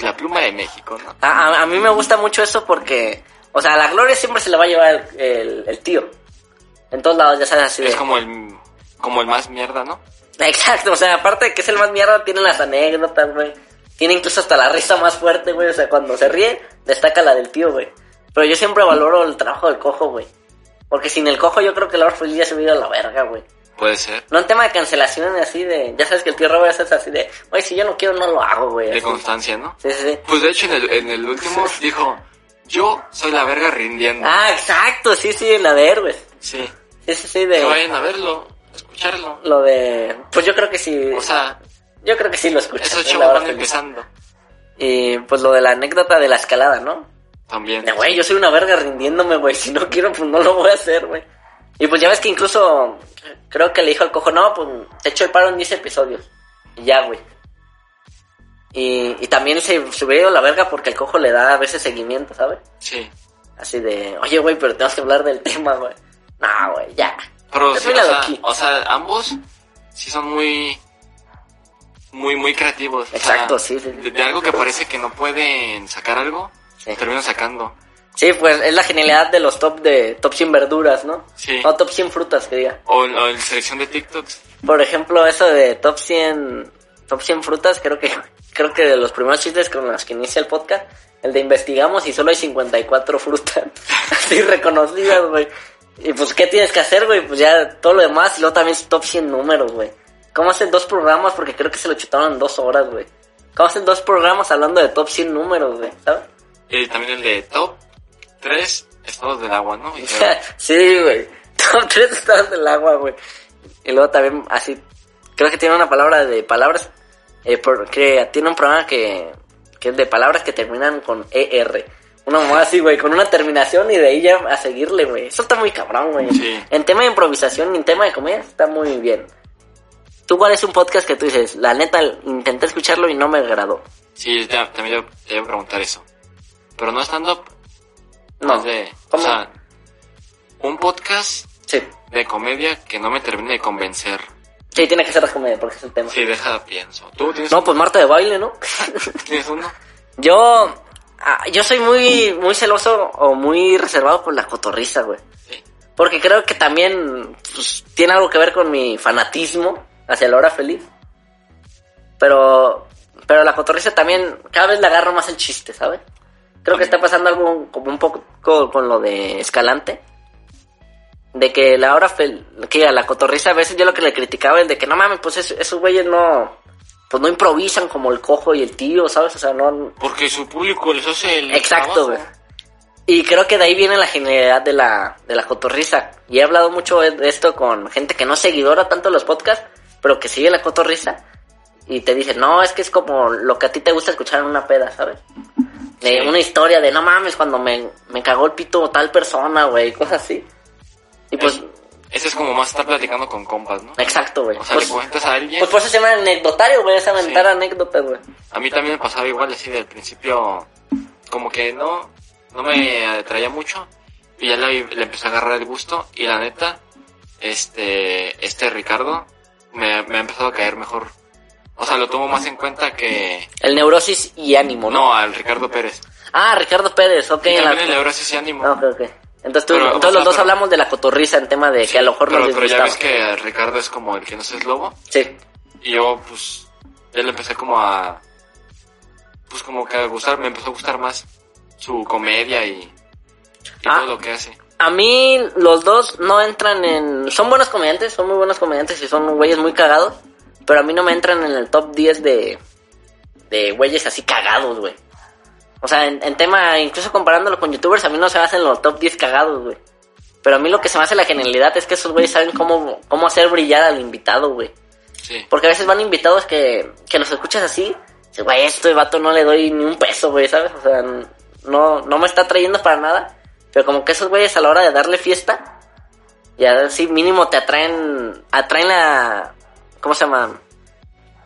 la pluma de México, ¿no? A, a- a mí me gusta mucho eso porque, o sea, la gloria siempre se la va a llevar el, el- el tío. En todos lados, ya sabes, así de... Es como el como el más mierda, ¿no? Exacto, o sea, aparte de que es el más mierda, tiene las anécdotas, güey. Tiene incluso hasta la risa más fuerte, güey. O sea, cuando se ríe, destaca la del tío, güey. Pero yo siempre valoro el trabajo del cojo, güey. Porque sin el cojo yo creo que la hora feliz ya se hubiera ido a la verga, güey. Puede ser. No en tema de cancelaciones así de... Ya sabes que el tío Robert es así de... Güey, si yo no quiero, no lo hago, güey. De así. constancia, ¿no? Sí, sí, sí. Pues de hecho en el, en el último dijo, yo soy la verga rindiendo. Ah, exacto, sí, sí, la de Héroes. Sí. Sí, sí, sí, Que de... vayan a verlo, a escucharlo. Lo de... Pues yo creo que sí... O sea, yo creo que sí lo escuchas. esos en la chavos hora van feliz. empezando Y pues lo de la anécdota de la escalada, ¿no? también. De, güey, yo soy una verga rindiéndome, güey. Si no quiero, pues no lo voy a hacer, güey. Y pues ya ves que incluso creo que le dijo al cojo, no, pues te echo el paro en 10 episodios. Y ya, güey. Y, y también se, se hubiera ido la verga porque el cojo le da a veces seguimiento, ¿sabes? Sí. Así de, oye, güey, pero tenemos que hablar del tema, güey. No, güey, ya. Pero sí, o Termínalo sea, aquí. o sea, ambos sí son muy, muy, muy creativos. O sea, Exacto, sí, sí, sí. De, de algo que parece que no pueden sacar algo, Sí. terminan sacando. Sí, pues es la genialidad de los top de top 100 verduras, ¿no? Sí. No, top 100 frutas, que diga. O, o en selección de TikToks. Por ejemplo, eso de top 100 top 100 frutas, creo que <laughs> creo que de los primeros chistes con los que inicia el podcast, el de investigamos y solo hay 54 frutas <laughs> así reconocidas, güey. Y pues qué tienes que hacer, güey? Pues ya todo lo demás y luego también es top 100 números, güey. ¿Cómo hacen dos programas porque creo que se lo chutaron en dos horas, güey? ¿Cómo hacen dos programas hablando de top 100 números, güey? ¿Sabes? Y eh, también el de top 3 estados del <laughs> agua, ¿no? Y ya- sí, güey. <laughs> Top tres estados del agua, güey. Y luego también así, creo que tiene una palabra de palabras, eh, porque tiene un programa que, que es de palabras que terminan con ER. Una mamá así, güey, con una terminación y de ahí ya a seguirle, güey. Eso está muy cabrón, güey. Sí. En tema de improvisación y en tema de comedia está muy bien. ¿Tú cuál es un podcast que tú dices, la neta, intenté escucharlo y no me agradó? sí, ya- también yo- te iba a preguntar eso. Pero no estando No. más de, o ¿Cómo? sea, un podcast Sí. de comedia que no me termine de convencer. Sí, tiene que ser la comedia porque es el tema. Sí, deja pienso. ¿Tú tienes, No, pues Marta de baile, ¿no? tienes uno? Yo, ah, yo soy muy, muy celoso o muy reservado por la cotorriza, güey. Sí. Porque creo que también pues, tiene algo que ver con mi fanatismo hacia la hora feliz. Pero, pero la cotorriza también, cada vez le agarro más el chiste, ¿sabes? Creo que está pasando algo como un poco con lo de Escalante. De que la hora fel que a la cotorriza a veces yo lo que le criticaba es de que no mames, pues es- esos güeyes no, pues no improvisan como el cojo y el tío, ¿sabes? O sea, no, Porque su público les hace el Exacto, trabajo. güey. Y creo que de ahí viene la genialidad de la, de la cotorrisa. Y he hablado mucho de esto con gente que no es seguidora tanto de los podcasts, pero que sigue la cotorrisa. Y te dicen, no, es que es como lo que a ti te gusta escuchar en una peda, ¿sabes? De Sí. una historia de, no mames, cuando me, me cagó el pito tal persona, güey, cosas así. Y pues, Ese es como más estar platicando con compas, ¿no? exacto, güey. O sea, Pues, le cuentas a alguien. pues por eso se llama anecdotario, güey, es aventar Sí. anécdotas, güey. A mí también me pasaba igual así del principio, como que no, no me atraía mucho y ya le, le empecé a agarrar el gusto y la neta, este, este Ricardo me, me ha empezado a caer mejor. O sea, lo tomo más en cuenta que... El neurosis y ánimo, ¿no? No, al Ricardo Pérez. Ah, Ricardo Pérez, ok. Y en la- también el Eurosis y Ánimo. Ah, ok, ok. Entonces, tú- Pero, entonces o sea, los dos pero- hablamos de la cotorriza en tema de que a lo mejor pero, nos pero ya disgustaba. ves que Ricardo es como el que no se es lobo. Sí, Y yo, pues, ya le empecé como a... Pues como que a gustar, me empezó a gustar más su comedia y, y Ah. todo lo que hace. a mí los dos no entran en... Son buenos comediantes, son muy buenos comediantes y son güeyes muy cagados, pero a mí no me entran en el top 10 de, de güeyes así cagados, güey. O sea, en, en tema, incluso comparándolo con youtubers, a mí no se me hacen los top 10 cagados, güey. Pero a mí lo que se me hace la genialidad es que esos güeyes saben cómo, cómo hacer brillar al invitado, güey. Sí. Porque a veces van invitados que, que los escuchas así. dices, Güey, este vato no le doy ni un peso, güey, ¿sabes? O sea, n- no, no me está trayendo para nada. Pero como que esos güeyes a la hora de darle fiesta, ya sí, mínimo te atraen, atraen la... ¿Cómo se llama?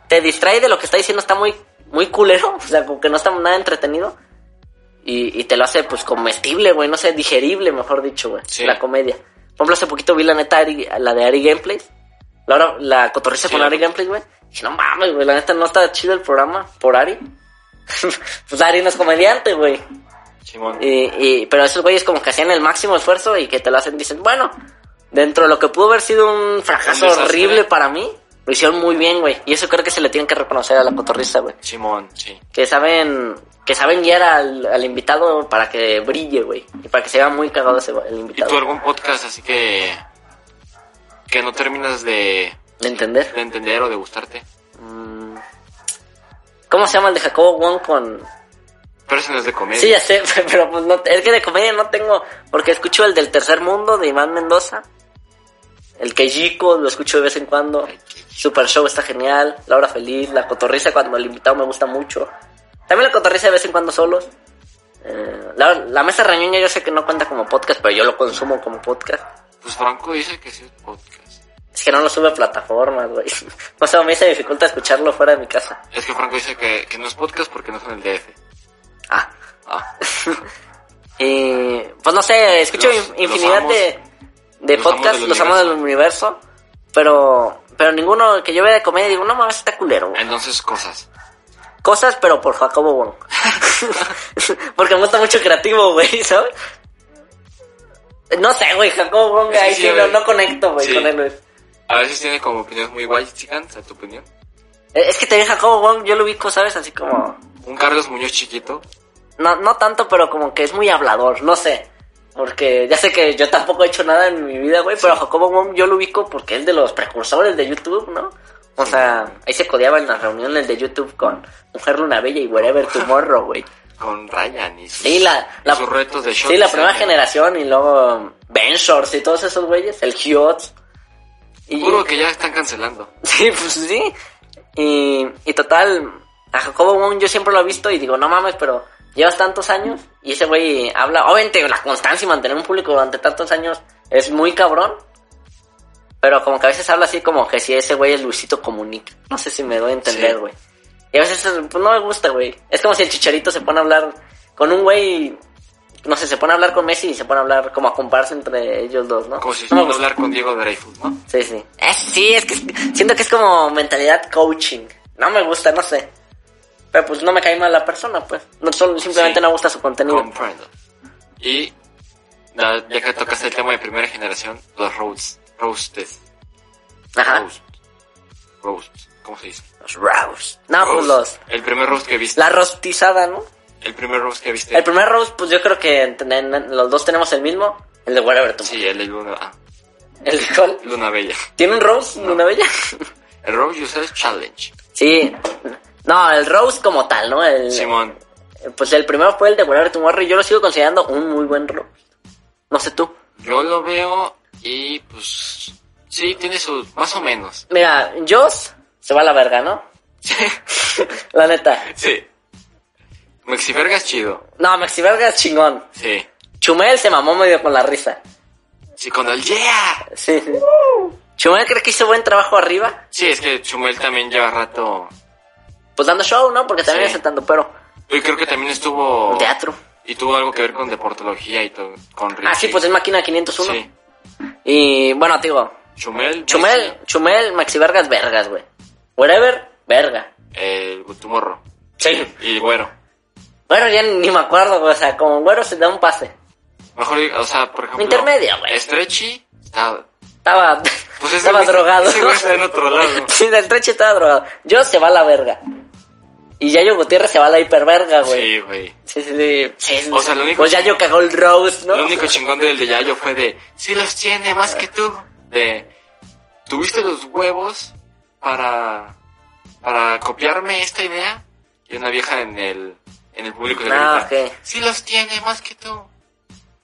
Te distrae de lo que está diciendo, está muy, muy culero, <laughs> o sea, como que no está nada entretenido. Y, y te lo hace, pues, comestible, güey, no sé, digerible, mejor dicho, güey, Sí. la comedia. Por ejemplo, hace poquito vi la neta, Ari- la de Ari Gameplays. La, hora- la cotorriza Sí, con la Ari Gameplay, güey. Dije, no mames, güey, la neta no está chido el programa por Ari. <laughs> pues Ari no es comediante, güey. Simón. Y, y- pero esos güeyes como que hacían el máximo esfuerzo y que te lo hacen, dicen, bueno, dentro de lo que pudo haber sido un fracaso Un desastre. horrible para mí, lo hicieron muy bien, güey. Y eso creo que se le tienen que reconocer a la cotorriza, güey. Simón, sí. Que saben, que saben guiar al, al invitado para que brille, güey. Y para que se vea muy cagado ese, el ¿Y invitado. tú algún podcast así que... que no terminas de, ¿De entender? de entender o de gustarte? Mm. ¿Cómo se llama el de Jacobo Wong con...? Pero ese no es de comedia. Sí, ya sé, <laughs> pero pues no, es que de comedia no tengo, porque escucho el del Tercer Mundo de Iván Mendoza, el Quejico, lo escucho de vez en cuando, Super Show está genial, La Hora Feliz, La Cotorriza cuando el invitado me gusta mucho, también La Cotorriza de vez en cuando solos, Eh, la, la Mesa Reñuña yo sé que no cuenta como podcast, pero yo lo consumo como podcast. Pues Franco dice que sí es podcast. Es que no lo sube a plataformas, güey. <laughs> No sé, a mí se me dificulta escucharlo fuera de mi casa. <laughs> Es que Franco dice que, que no es podcast porque no es en el DF. Ah, Ah. Y pues no sé, escucho Los- in- infinidad los de, de los amos podcasts, del los amos del universo, pero pero ninguno que yo vea de comedia digo, no mames, está culero. güey". Entonces, cosas. Cosas, pero por Jacobo Wong. <laughs> Porque me gusta mucho creativo, güey, ¿sabes? No sé, güey, Jacobo Wong, Es que ahí sí, sí, no, güey. no conecto, güey, Sí. con él, güey. A veces tiene como opiniones muy guay, chicas, a tu opinión. Eh, Es que también Jacobo Wong yo lo ubico, ¿sabes? Así como... Un Carlos Muñoz chiquito. No, no tanto, pero como que es muy hablador, no sé. Porque ya sé que yo tampoco he hecho nada en mi vida, güey, pero a Jacobo Wong yo lo ubico porque es de los precursores de YouTube, ¿no? O sea, ahí se codeaba en las reuniones de YouTube con Mujer Luna Bella y Wherever Tomorrow, güey. Con Ryan y sus, Sí, la, y la, sus retos de shock. Sí, la primera generación y luego Ventures y todos esos güeyes, el Hughes. Y, Juro que ya están cancelando. <laughs> Sí, pues sí. Y, y total, a Jacobo Wong yo siempre lo he visto y digo, no mames, pero llevas tantos años y ese güey habla. Obviamente, la constancia y mantener un público durante tantos años es muy cabrón. Pero como que a veces habla así como que si ese güey es Luisito Comunica. No sé si me doy a entender, Sí. güey. Y a veces pues, no me gusta, güey. Es como si el chicharito se pone a hablar con un güey. No sé, se pone a hablar con Messi y se pone a hablar como a compararse entre ellos dos, ¿no? Como si no pues, me fueran a gusta. hablar con Diego Dreyfus, ¿no? Sí, sí. Eh, sí, es que es- siento que es como mentalidad coaching. No me gusta, no sé. Pero pues no me cae mal la persona, pues. No, solo, simplemente Sí. no me gusta su contenido. Comprendo. Y la- ya que tocaste el tema de primera generación, los roasts. Roastes. Ajá. Roast. Roast. ¿Cómo se dice? Los roast. No, pues Roast. los... El primer roast que viste. La rostizada, ¿no? El primer roast que viste. El primer roast, pues yo creo que en- en- en- los dos tenemos el mismo. El de Whatever Tomorrow. Sí, el de Luna, ah, El de Col. Luna Bella. ¿Tiene un roast, una bella? <laughs> El Roast Users Challenge. sí. No, el roast como tal, ¿no? El, Simón, Pues el primero fue el de Whatever Tomorrow y yo lo sigo considerando un muy buen roast. No sé tú. yo lo veo y pues. Sí, tiene sus. Más o menos. Mira, Joss se va a la verga, <laughs> ¿no? la neta. sí. Mexiferga es chido. No, Maxi Verga es chingón. Sí. Chumel se mamó medio con la risa. Sí, con el Yeah. Sí, sí. Chumel creo que hizo buen trabajo arriba, Sí, es que Chumel también lleva rato. pues dando show, ¿no? Porque también Sí. es tanto, pero Y creo que también estuvo. teatro. Y tuvo algo que ver con deportología y todo. Con Ah, sí, pues es máquina 501. Sí. Y bueno, te digo, Chumel. Chumel, Messi, Chumel, Maxi Vergas, vergas, güey. Wherever, verga. El Gutumorro. Sí. Y bueno. Bueno, ya ni me acuerdo, güey. O sea, como güero se da un pase. Mejor, o sea, por ejemplo. Intermedia, güey. Stretchy. Está. Estaba, Pues ese estaba güey- drogado. Ese güey está en otro lado. <laughs> Sí, del trecho estaba drogado. Yo se va a la verga. Y Yayo Gutiérrez se va a la hiperverga, güey. Sí, güey. Sí, sí, sí. sí, sí. O sea, lo único Pues que- Yayo cagó el roast, ¿no? Lo único chingón del de Yayo fue de, sí los tiene más que tú. De, tuviste los huevos para, para copiarme esta idea. Y una vieja en el, en el público le Ah, grita, ok. sí los tiene más que tú.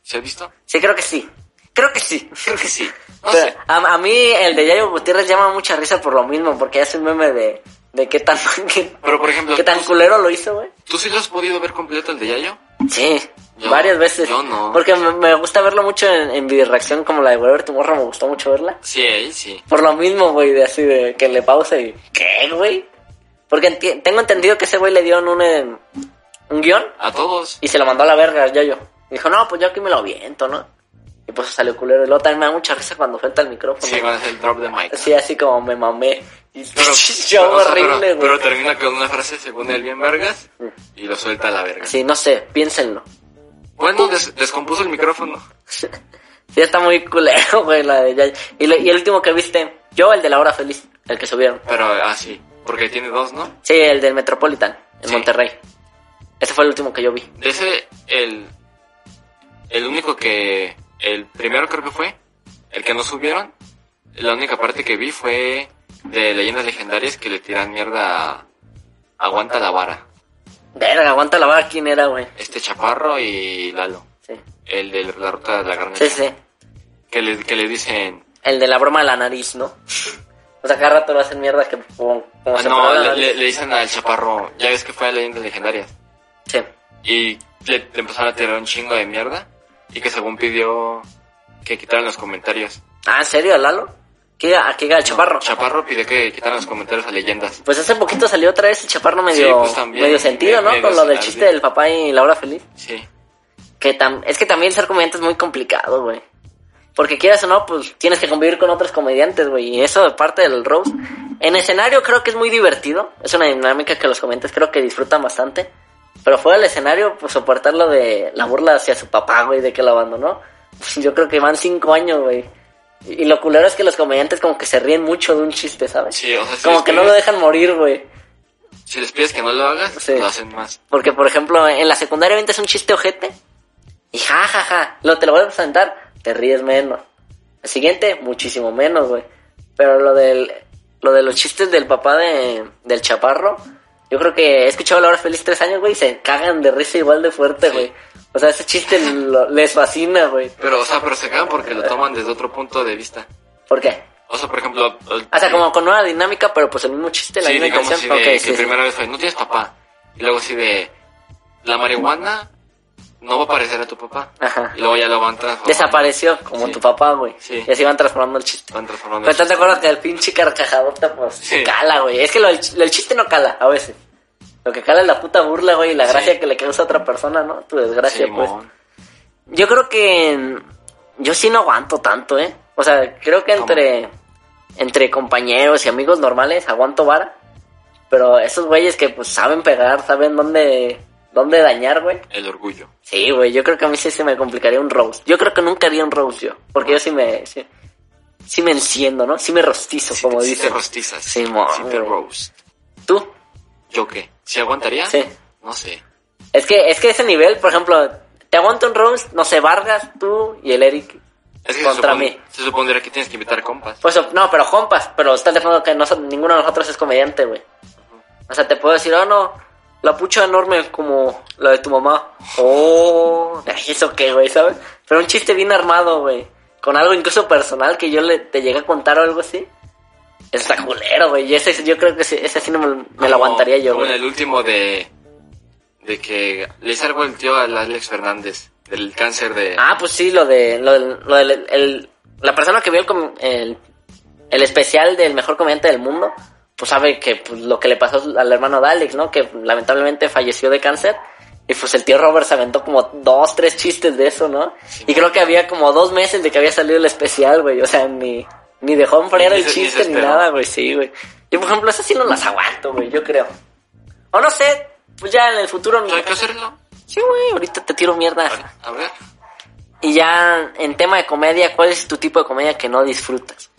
¿Se ha visto? Sí, creo que sí. <laughs> Creo que sí. Creo que Ah, sí. No Pero sé. a, a mí el de Yayo Gutiérrez llama mucha risa por lo mismo, porque es un meme de, de qué tan, <laughs> qué, Pero pues, por ejemplo, qué tan tú- culero lo hizo, güey. ¿tú sí lo has podido ver completo el de Yayo? Sí, Yo- varias veces. yo no. Porque me, me gusta verlo mucho en, en video reacción, como la de Whatever Tomorrow, me gustó mucho verla. Sí, ahí sí. Por lo mismo, güey, de así de que le pausa y. ¿Qué, güey? Porque enti- tengo entendido que ese güey le dieron un, eh, un guión A todos. y se lo mandó a la verga al Yayo. Dijo, no, pues yo aquí me lo aviento, ¿no? Y pues salió culero. Y luego también me da mucha risa cuando suelta el micrófono. Sí, cuando es el drop de mic. Así, así como me mamé. Y <laughs> Pero, yo o sea, pero- horrible, güey. Mm. pero termina con una frase según el bien Vargas y lo suelta a la verga. Sí, no sé, piénsenlo. Bueno, des- descompuso el micrófono. Sí, está muy culero, <laughs> güey, la de Yayo. Y, lo- y el último que viste, yo, el de la hora feliz, el que subieron. Pero así, porque tiene dos, ¿no? Sí, el del Metropolitan, en Sí. Monterrey. Ese fue el último que yo vi. De ese, el. El único que. El primero creo que fue. El que no subieron. La única parte que vi fue de leyendas legendarias que le tiran mierda a. Aguanta la vara. Verga, aguanta la vara, ¿quién era, güey? Este chaparro y Lalo. Sí. El de la ruta de la garnacha. Sí, sí. Que, le, que le dicen. El de la broma de la nariz, ¿no? <laughs> O sea, cada rato lo hacen mierda que como, como Ah, se no, paraba la le, le- nariz. le dicen al chaparro. Ya ves que fue a leyendas legendarias. Sí. y le, le empezaron a tirar un chingo de mierda y que según pidió que quitaran los comentarios. Ah, ¿en serio, Lalo? ¿Qué, ¿A qué el chaparro? Chaparro pidió que quitaran los comentarios a leyendas. Pues hace poquito salió otra vez el chaparro medio, pues también, medio sentido, me- ¿no? medio Con lo del así. chiste del papá y la hora feliz. Sí. Que tam- es que también ser comediante es muy complicado, güey. Porque quieras o no, pues tienes que convivir con otros comediantes, güey. Y eso de parte del roast. En escenario creo que es muy divertido. Es una dinámica que los comediantes creo que disfrutan bastante. Pero fuera del escenario, pues soportar lo de la burla hacia su papá, güey, de que lo abandonó. <laughs> Yo creo que van cinco años, güey. Y y lo culero es que los comediantes como que se ríen mucho de un chiste, ¿sabes? Sí, o sea, sí, como es que que- no lo dejan morir, güey. Si les pides que no lo hagas, Sí. lo hacen más. Porque, por ejemplo, en la secundaria es un chiste ojete. Y ja, ja, ja. Lo te lo voy a presentar. Te ríes menos. El siguiente, muchísimo menos, güey. Pero lo del. Lo de los chistes del papá de, del chaparro. Yo creo que he escuchado la hora feliz tres años, güey. Y se cagan de risa igual de fuerte, Sí. güey. O sea, ese chiste lo- les fascina, güey. Pero, o sea, pero se cagan porque lo toman desde otro punto de vista. ¿Por qué? O sea, por ejemplo... el- O sea, como con nueva dinámica, pero pues el mismo chiste, la sí, misma digamos así intención. de Ok, que sí, sí. primera vez fue, no tienes papá. Y luego así de, la marihuana no va a parecer a tu papá. Ajá. Y luego ya lo van transformando. Desapareció, como Sí. tu papá, güey. Sí. Y así van transformando el chiste. Van transformando. Pero estás de acuerdo que el pinche carcajadota, pues, Sí. cala, güey. Es que lo, del ch- lo del chiste no cala, a veces. Lo que cala es la puta burla, güey, y la Sí. gracia que le causa a otra persona, ¿no? Tu desgracia, pues. Simón. Yo creo que. mm, Yo sí no aguanto tanto, ¿eh? O sea, creo que ¿Cómo? entre. Entre compañeros y amigos normales aguanto vara. Pero esos güeyes que, pues, saben pegar, saben dónde. Dónde dañar, güey. El orgullo. Sí, güey, yo creo que a mí sí se me complicaría un roast. Yo creo que nunca haría un roast yo, porque yo sí me, sí, sí me enciendo, ¿no? Sí me rostizo, Si como te, si dice. te rostizas. Simón, Si te güey. roast. Tú. ¿Yo qué? ¿Si aguantaría? Sí. No sé. Es que, es que ese nivel, por ejemplo, te aguanta un roast, no sé, Vargas, tú y el Eric. Es que Contra se, supone- mí. se supondría que tienes que invitar compas. Pues no, pero compas, pero estás de acuerdo que no, son- ninguno de nosotros es comediante, güey. O sea, te puedo decir, oh no, la pucha enorme como la de tu mamá. Oh, <laughs> ay, eso qué, güey, ¿sabes? Pero un chiste bien armado, güey. Con algo incluso personal que yo le, te llegué a contar o algo así. Está culero, güey. Y ese yo creo que ese, ese sí no me, me lo Como- aguantaría yo, Como en güey. el último de... De que le hice algo el tío al Alex Fernández. Del cáncer de... Ah, pues sí, lo de. Lo, del- lo del- el- la persona que vio el, com- el, el especial del mejor comediante del mundo, pues sabe que pues, lo que le pasó al hermano de Alex, ¿no? Que lamentablemente falleció de cáncer. Y pues el tío Robert se aventó como dos, tres chistes de eso, ¿no? Y creo que había como dos meses de que había salido el especial, güey. O sea, ni, ni dejó enfriar Ni el se- ni se chiste ni esperó. nada, güey. Sí, güey. Yo, por ejemplo, esas sí no las aguanto, güey, yo creo. O no sé, pues ya en el futuro... ¿No hay que hacerlo? Sí, güey, ahorita te tiro mierda. A ver. Y ya en tema de comedia, ¿cuál es tu tipo de comedia que no disfrutas?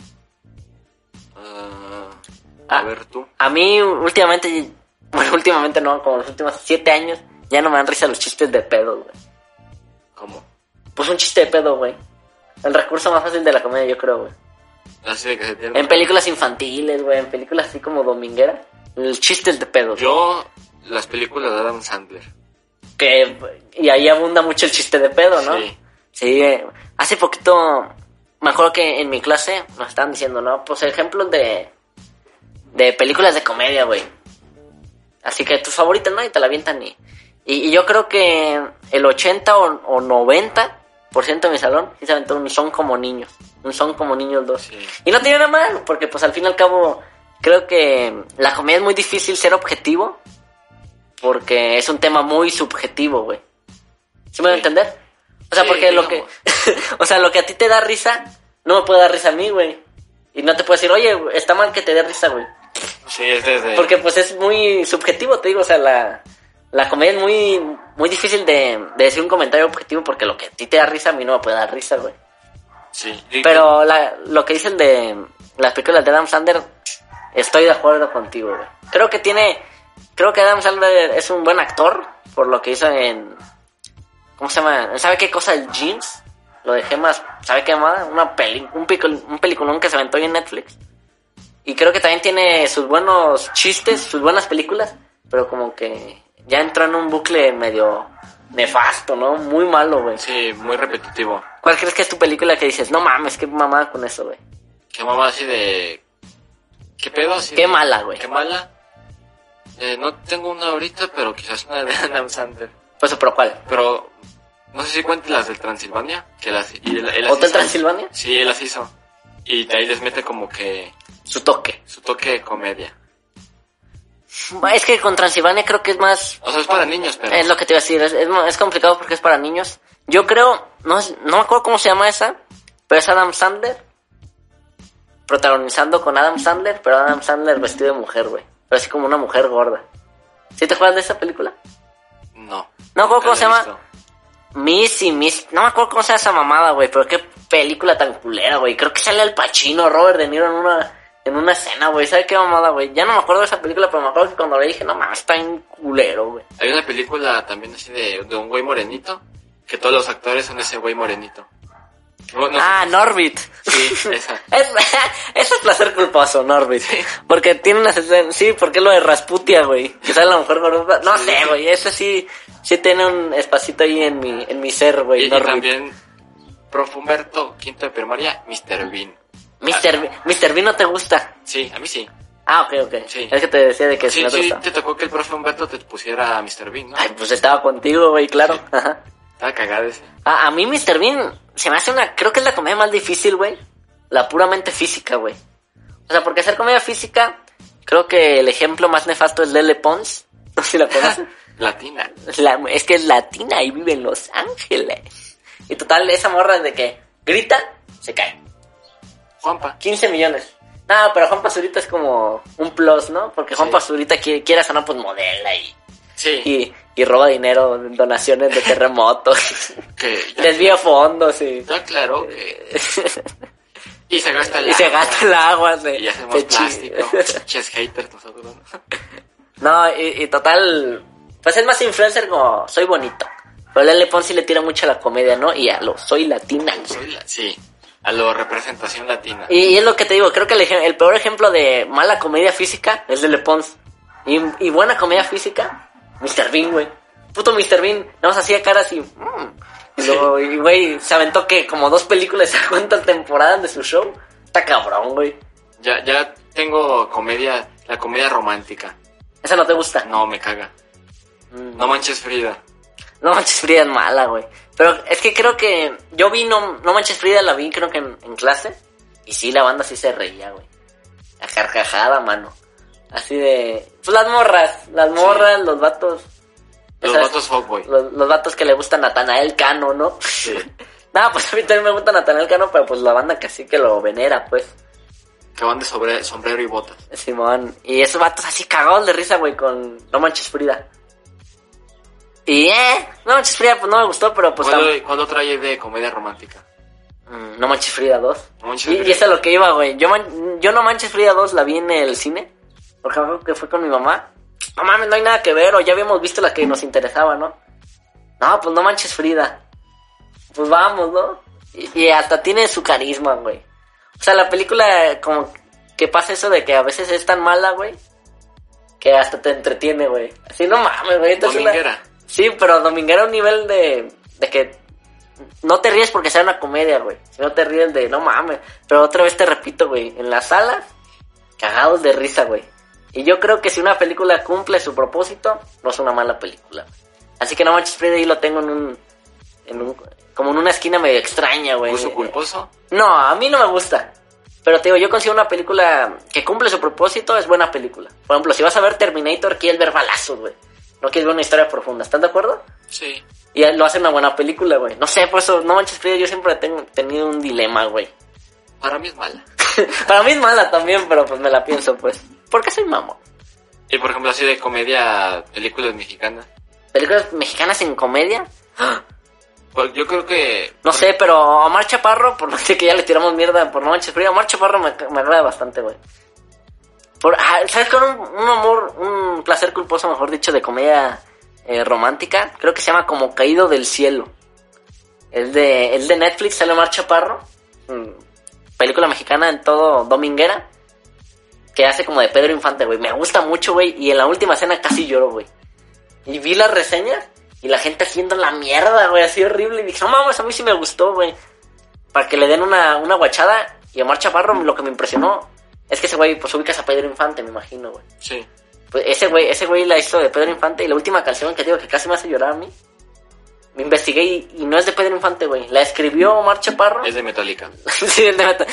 Ah, Ah. a ver tú. A mí últimamente, bueno, <laughs> últimamente no, como los últimos siete años, ya no me dan risa los chistes de pedo, güey. ¿Cómo? Pues un chiste de pedo, güey. El recurso más fácil de la comedia, yo creo, güey. Así de que se tiene- En películas infantiles, güey, en películas así como dominguera, el chiste es de pedo. güey. Yo, las películas de Adam Sandler. Que, y ahí abunda mucho el chiste de pedo, ¿no? Sí. Sí, eh, hace poquito me acuerdo que en mi clase nos estaban diciendo, ¿no? Pues ejemplos de, de películas de comedia, güey. Así que tus favoritas, ¿no? Y te la avientan y, y, y yo creo que el 80 o, o 90% de mi salón sí se aventó un son como niños. Un son como niños dos. Sí. Y no tiene nada mal, porque pues al fin y al cabo creo que la comedia es muy difícil ser objetivo porque es un tema muy subjetivo, güey. ¿Sí me voy a Sí. entender? O sea, Sí, porque lo que digamos. <laughs> o sea, lo que a ti te da risa no me puede dar risa a mí, güey. Y no te puedo decir, "Oye, güey, está mal que te dé risa, güey." Sí, es desde... Porque pues es muy subjetivo, te digo, o sea, la, la comedia es muy, muy difícil de, de decir un comentario objetivo porque lo que a ti te da risa a mí no me puede dar risa, güey. Sí. Y- Pero la, lo que dicen de las películas de Adam Sandler, estoy de acuerdo contigo, güey. Creo que tiene, creo que Adam Sandler es un buen actor por lo que hizo en, ¿cómo se llama? ¿Sabe qué cosa? El jeans, lo de gemas, ¿sabe qué más? Una peli, un, picol- un peliculón que se aventó hoy en Netflix. Y creo que también tiene sus buenos chistes, sus buenas películas, pero como que ya entró en un bucle medio nefasto, ¿no? Muy malo, güey. Sí, muy repetitivo. ¿Cuál crees que es tu película que dices, no mames, qué mamada con eso, güey? Qué mamá así de... ¿Qué pedo así? Qué de- mala, güey. Qué mala. Eh, no tengo una ahorita, pero quizás una de Adam Sandler. Pues, pero ¿cuál? Pero... No sé si cuenten las del Transilvania. Que las... Y él- él las ¿Hotel hizo. Transilvania? Sí, él las hizo. Y de ahí les mete como que Su toque. su toque de comedia. Es que con Transilvania creo que es más... O sea, es para niños, pero... Es lo que te iba a decir, es, es, es complicado porque es para niños. Yo creo, no, es- no me acuerdo cómo se llama esa, pero es Adam Sandler. Protagonizando con Adam Sandler, pero Adam Sandler vestido de mujer, güey. Pero así como una mujer gorda. ¿Sí te acuerdas de esa película? No. No, ¿cómo- cómo Nunca se la he llama? visto. Miss y Miss. No me acuerdo cómo se llama esa mamada, güey. Pero qué película tan culera, güey. Creo que sale el Pacino, Robert De Niro en una, en una escena, güey. ¿Sabes qué mamada, güey? Ya no me acuerdo de esa película, pero me acuerdo que cuando le dije, no mames, está en culero, güey. Hay una película también así de, de un güey morenito, que todos los actores son ese güey morenito. Bueno, ah, Norbit. Sí, esa. <laughs> Es, eso es placer culposo, Norbit. Porque tiene una escena- Sí, porque lo de Rasputia, güey. Que sale la mujer gorda. No sé, güey. Eso sí. Sí tiene un espacito ahí en mi, en mi ser, Y, güey. y Norbit. también Profumerto, quinto de primaria, Mr. Bean. Mr. B- Mr. B no te gusta. Sí, a mí sí. Ah, ok, ok. Sí. Es que te decía de que si Sí, no te sí, gusta. te tocó que el profe Humberto te pusiera a Mr. Bean, ¿no? Ay, pues estaba contigo, güey, claro. Ajá. Ah, Estaba cagada ese. A, a mí Mr. Bean se me hace una... Creo que es la comedia más difícil, güey. La puramente física, güey. O sea, porque hacer comedia física... Creo que el ejemplo más nefasto es Lele Pons. <laughs> No sé si la conoces. <laughs> Latina. La- es que es latina y vive en Los Ángeles. Y total, esa morra de que grita, se cae. Juanpa. 15 millones. No, pero Juan Pazurita es como un plus, ¿no? Porque Juan Sí. Pazurita quiere, quiere sonar pues modela y, Sí. y, y roba dinero, donaciones de <laughs> terremotos, Que ya, desvía fondos y, ya aclaró que... Y se gasta el <laughs> y se agua, gasta el agua. Se, Y hacemos se chi- plástico. <laughs> Ches haters nosotros, ¿no? No, y, y total, pues es más influencer como soy bonito. Pero Lele Ponzi le tira mucho a la comedia, ¿no? Y a lo soy latina. Soy la- Sí. A lo representación latina. Y, y es lo que te digo, creo que el, ejem- el peor ejemplo de mala comedia física es Lele Pons. Y, y buena comedia física, Mr. Bean, güey. Puto Mr. Bean, nada más hacía caras y... mm. Y luego, y, güey, se aventó que como dos películas <laughs> a cuántas temporadas de su show. Está cabrón, güey. Ya, ya tengo comedia, la comedia romántica. Esa no te gusta. Mm. No, me caga. No manches Frida. No Manches Frida es mala, güey. Pero es que creo que yo vi No, no Manches Frida, la vi creo que en, en clase. Y sí, la banda sí se reía, güey. La carcajada, mano. Así de... Pues las morras, las morras, los vatos. Los esas- vatos fuckboy. Los, los vatos que le gustan a Natanael Cano, ¿no? <laughs> Sí. Nada, pues a mí también me gusta Natanael Cano, pero pues la banda que sí que lo venera, pues. Que van de sobre, sombrero y botas. Simón. Y esos vatos así cagados de risa, güey, con No Manches Frida. Y, eh, No Manches Frida, pues no me gustó, pero pues... tam- ¿Cuándo, cuándo trae de comedia romántica? Mm, No Manches Frida 2. No Manches y, Frida. y eso es lo que iba, güey. Yo, man- yo No Manches Frida 2 la vi en el cine. Porque me acuerdo que fue con mi mamá. No mames, no hay nada que ver. O ya habíamos visto la que nos interesaba, ¿no? No, pues No Manches Frida. Pues vamos, ¿no? Y, y hasta tiene su carisma, güey. O sea, la película eh, como que pasa eso de que a veces es tan mala, güey. Que hasta te entretiene, güey. Así no mames, güey. Entonces, una- Dominguera. Sí, pero Dominguera a un nivel de, de que no te ríes porque sea una comedia, güey. Si no te ríes de, no mames. Pero otra vez te repito, güey, en las salas, cagados de risa, güey. Y yo creo que si una película cumple su propósito, no es una mala película. Así que no manches, Freddy, ahí lo tengo en un, en un- Como en una esquina medio extraña, güey. Puso culposo. No, a mí no me gusta. Pero te digo, yo considero una película que cumple su propósito, es buena película. Por ejemplo, si vas a ver Terminator, quieres ver balazos, güey. No quieres ver una historia profunda, ¿estás de acuerdo? Sí. Y lo hace una buena película, güey. No sé, por eso, no manches, Frida, yo siempre tengo tenido un dilema, güey. <laughs> Para mí es mala. Para mí es mala también, pero pues me la pienso, pues. ¿Por qué soy mamón? Y por ejemplo, así de comedia, películas mexicanas. ¿Películas mexicanas en comedia? Ah. Pues, yo creo que. No sé, pero a Omar Chaparro, por <laughs> más que ya le tiramos mierda por no manches frío, Omar Chaparro me, me agrada bastante, güey. Por, ah, ¿Sabes con un, un amor, un placer culposo, mejor dicho, de comedia eh, romántica? Creo que se llama Como Caído del Cielo. El de, el de Netflix, sale Omar Chaparro. mm, Película mexicana en todo dominguera. Que hace como de Pedro Infante, güey. Me gusta mucho, güey. Y en la última escena casi lloro, güey. Y vi las reseñas y la gente haciendo la mierda, güey, así horrible. Y dije, no mames, a mí sí me gustó, güey. Para que le den una, una guachada. Y Omar Chaparro, lo que me impresionó es que ese güey, pues ubicas a Pedro Infante, me imagino, güey. Sí. Pues ese güey, ese güey la hizo de Pedro Infante. Y la última canción que digo que casi me hace llorar a mí, me investigué y, y no es de Pedro Infante, güey. La escribió Omar Chaparro. Es de Metallica. <laughs> Sí, el de Meta-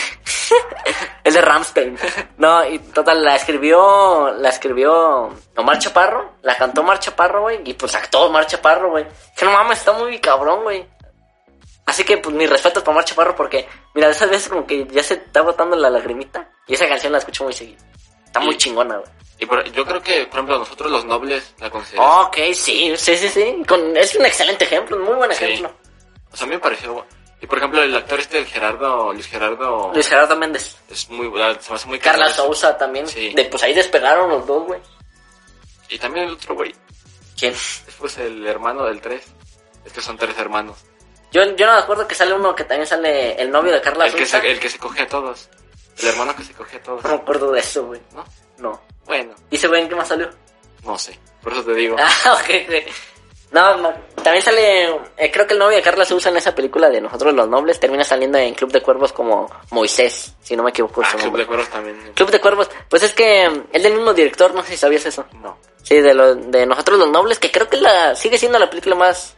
es de Ramstein. No, y total, la escribió, la escribió Omar Chaparro, la cantó Omar Chaparro, güey, y pues actuó Omar Chaparro, güey. Que no mames, está muy cabrón, güey. Así que, pues, mis respetos para Omar Chaparro porque, mira, de esas veces como que ya se está botando la lagrimita y esa canción la escucho muy seguido. Está muy Y- chingona, güey. Y por- yo creo que, por ejemplo, nosotros los nobles la consideramos. Ok, sí, sí, sí, sí. Con, es un excelente ejemplo, un muy buen Sí. ejemplo. O sea, a mí me pareció. bu- Y por ejemplo, el actor este, el Gerardo, Luis Gerardo, Luis Gerardo Méndez. es muy. la- Se me hace muy Carla caro eso. Sousa también. Sí. De, pues ahí despegaron los dos, güey. Y también el otro güey. ¿Quién? Es pues el hermano del 3. Es que son tres hermanos. Yo, yo no me acuerdo que sale uno que también sale el novio de Carla El que, Sousa. se, el que se coge a todos. El hermano que se coge a todos. No me acuerdo de eso, güey. ¿No? No. Bueno, ¿Y se ven qué más salió? no sé. Por eso te digo. <laughs> Ah, ok, ok. No, ma- también sale, eh, creo que el novio de Carla Sousa en esa película de Nosotros los Nobles termina saliendo en Club de Cuervos como Moisés, si no me equivoco. Ah, su Club nombre. de Cueros también. Club de Cuervos, pues es que mm, es del mismo director, no sé si sabías eso. No. Sí, de, lo, de Nosotros los Nobles, que creo que la sigue siendo la película más,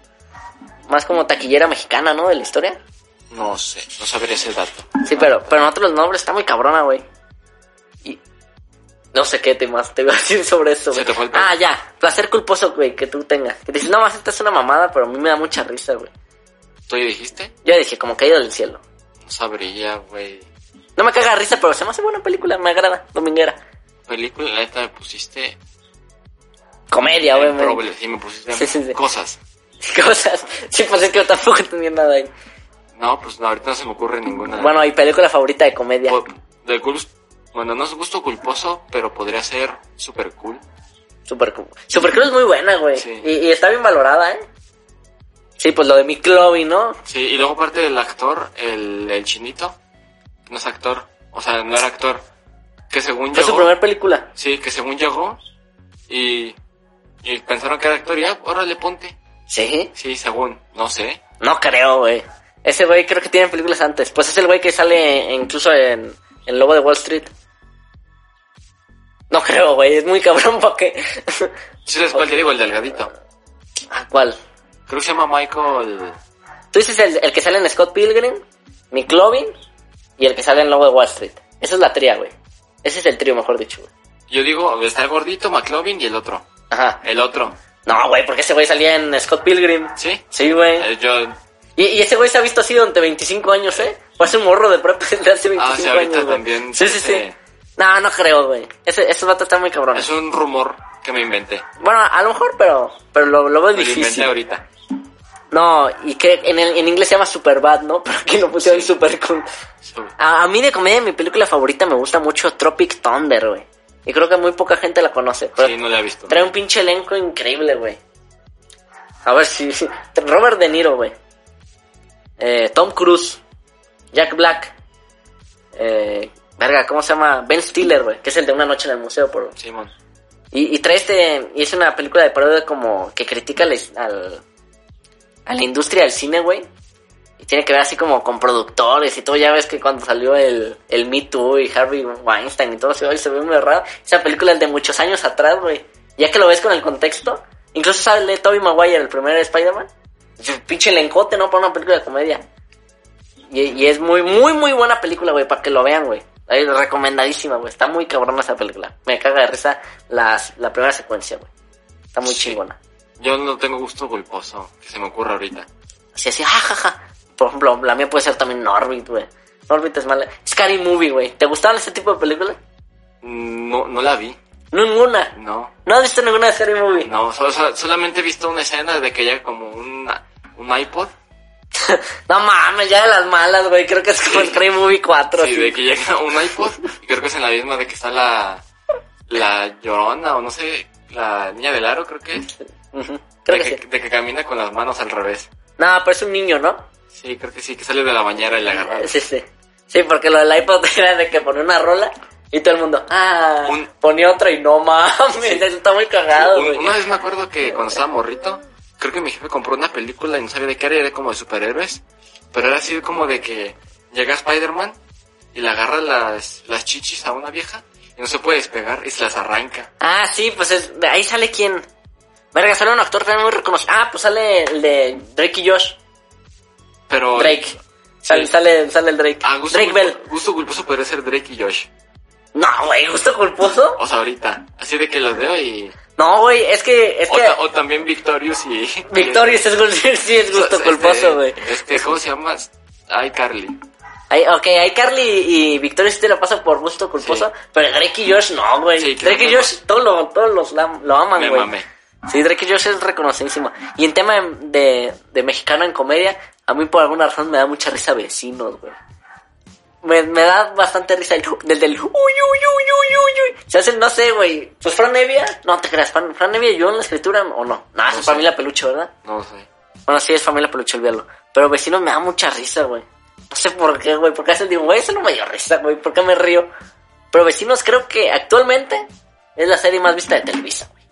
más como taquillera mexicana, ¿no? De la historia. No sé. No sabré ese dato. Sí, pero, pero Nosotros los Nobles está muy cabrona, güey. Y no sé qué te más te voy a decir sobre eso, Se güey. te fue el pedo. Ah, ya, placer culposo, güey, que tú tengas. Que dices, no, más esta es una mamada, pero a mí me da mucha risa, güey. ¿Tú ya dijiste? Yo dije, como caído del cielo. No sabría, güey. No me caga risa, pero se me hace buena película, me agrada, dominguera. Película, la neta me pusiste. Comedia, en güey. me- problemas, Sí, me pusiste en Sí, sí, sí. cosas. <laughs> Cosas. Sí, pues es que yo tampoco entendí nada ahí. No, pues no, ahorita no se me ocurre ninguna. Bueno, mi película favorita de comedia. O- de gust- bueno, no es gusto culposo, pero podría ser super cool. Super cool. Super cool es muy buena, güey. Sí. Y, y está bien valorada, ¿eh? Sí, pues lo de mi Chloe, ¿no? Sí, y luego aparte del actor, el, el chinito, no es actor, o sea, no era actor, que según Fue llegó, su primera película. sí, que según llegó, y, y pensaron que era actor, y ya, órale, ponte. Sí. Sí, según, no sé. No creo, güey. Ese güey creo que tiene películas antes. Pues es el güey que sale incluso en El Lobo de Wall Street. No creo, güey. Es muy cabrón <laughs> porque... Sí, es cual te digo, el delgadito. ah, ¿cuál? Creo que se llama Michael, Tú dices el, el que sale en Scott Pilgrim, Nick Lovin y el que sale en Lobo de Wall Street. Esa es la tría, güey. Ese es el trío, mejor dicho, güey. yo digo, está el gordito, McLovin y el otro, Ajá. el otro, No, güey, porque ese güey salía en Scott Pilgrim. ¿sí? Sí, güey. Eh, Yo, Y, y ese güey se ha visto así durante 25 años, ¿eh? Parece un morro de prepa <laughs> de hace 25 Ah, sí, ahorita años, güey. también, Sí, sí, sí. eh. No, no creo, güey. Ese, ese vato está muy cabrón. es un rumor que me inventé, Bueno, a lo mejor, pero, pero lo, lo veo me lo inventé difícil. ahorita. No, y que en, el- en inglés se llama Superbad, ¿no? <laughs> Pero aquí lo pusieron Sí. super cool. A, a mí de comedia, mi película favorita me gusta mucho Tropic Thunder, güey. Y creo que muy poca gente la conoce. Pero Sí, no la he visto. Trae un pinche elenco increíble, güey. A ver si. Robert De Niro, güey. Eh, Tom Cruise. Jack Black. Eh, verga, ¿cómo se llama? Ben Stiller, güey. Que es el de Una Noche en el Museo, por. Simón. Y, y trae este. Y es una película de parodia como. Que critica al, al- a la industria del cine, güey. Y tiene que ver así como con productores y todo. Ya ves que cuando salió el, el Me Too y Harvey Weinstein y todo se, ay, se ve muy raro. Esa película es de muchos años atrás, güey. Ya que lo ves con el contexto. Incluso sale Tobey Maguire, el primer Spider-Man. Es un Pinche lencote, ¿no? Para una película de comedia. Y, y es muy, muy, muy buena película, güey. Para que lo vean, güey. Ahí, Recomendadísima, güey. Está muy cabrona esa película. Me caga de risa las, la primera secuencia, güey. Está muy Sí. chingona. Yo no tengo gusto culposo, que se me ocurra ahorita. Así, así, jajaja. Por ejemplo, la mía puede ser también Norbit, güey. Norbit es mala. Scary Movie, güey. ¿Te gustaban ese tipo de películas? No, no la vi, Ninguna. no. ¿No has visto ninguna de Scary Movie? No, so- so- solamente he visto una escena de que llega como un, un iPod. No mames, ya de las malas, güey. Creo que es como Scary Movie 4. Sí, así. de que llega un iPod. Y creo que es en la misma de que está la, la llorona o no sé, la niña del aro creo que es. Ujú, De Creo que que, sí. de que camina con las manos al revés. No, pero es un niño, ¿no? Sí, creo que sí, que sale de la bañera y la agarra. <laughs> Sí, sí. Sí, porque lo del iPod <laughs> era de que ponía una rola y todo el mundo, ah, Un- ponía otra y no mames, está muy cagado, Un- güey. Una vez me acuerdo que cuando estaba morrito, creo que mi jefe compró una película y no sabía de qué era, y era como de superhéroes. Pero era así como de que llega Spider-Man y le agarra las, las chichis a una vieja y no se puede despegar y se las arranca. Ah, sí, pues es, de ahí sale quién. Verga, sale un actor también muy reconocido. Ah, pues sale el de Drake y Josh. Pero Drake. Sí, Sale, Sí. sale, sale el Drake. Ah, gusto, Drake Bell. Culposo- gusto culposo podría ser Drake y Josh. No, güey, gusto culposo. O sea, ahorita. Así de que los veo y. No, güey, es que, es O, que ta- o también Victorious y. <laughs> Victorious es, gu- sí es gusto Este, culposo, güey. Este, ¿cómo se llama? Ay, Carly. Ay, ok, ahí Carly y Victoria sí te la pasan por gusto culposo, Sí. pero Drake y Josh no, güey. Sí, claro, Drake y no, Josh todos lo, todos los la- lo aman, Me güey. mamé. Sí, Drake y Josh es reconocidísimo. Y en tema de, de, de mexicano en comedia, a mí por alguna razón me da mucha risa vecinos, güey. Me, me da bastante risa el, ju- del del uy, uy, uy, uy, uy, uy. Se hacen, no sé, güey. Pues Fran Evia, no te creas, Fran, Fran Evia yo en la escritura o no. Nada, No es sé. familia peluche, ¿verdad? No sé. Bueno, sí, es familia peluche, olvídalo. Pero vecino me da mucha risa, güey. No sé por qué, güey. Porque a veces digo, güey, eso no me dio risa, güey. ¿Por qué me río? Pero vecinos creo que actualmente es la serie más vista de Televisa, güey.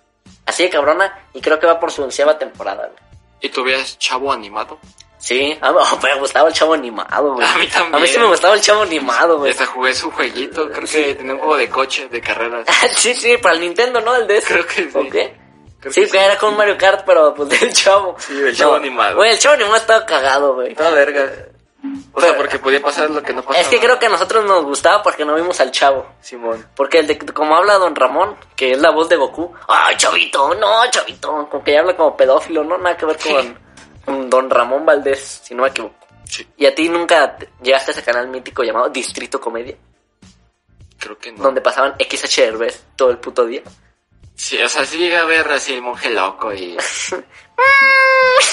Así de cabrona. Y creo que va por su onceava temporada, güey. ¿Y tú veas Chavo animado? Sí, a mí oh, <laughs> me gustaba el chavo animado, güey. A mí también. A mí sí me gustaba el chavo animado, güey. Hasta jugué su jueguito. Creo que tenía un juego de coche, de carreras. <laughs> sí, sí, para el Nintendo, ¿no? El de ese. Creo que sí. ¿O qué? Creo sí, que que era con Mario Kart, pero pues <laughs> del chavo. Sí, del chavo animado. Güey, el chavo animado estaba cagado, güey. Toda verga. O sea, Pero- porque podía pasar lo que no pasaba. Es que creo que a nosotros nos gustaba porque no vimos al chavo. Simón. Porque el de, como habla Don Ramón, que es la voz de Goku, ¡ay, chavito! ¡No, chavito! Como que ya habla como pedófilo, ¿no? Nada que ver con, con Don Ramón Valdés, si no me equivoco. Sí. ¿Y a ti nunca te- llegaste a ese canal mítico llamado Distrito Comedia? Creo que no. Donde pasaban XH Herbes todo el puto día. Sí, o sea, sí llega a ver así el monje loco <laughs> y.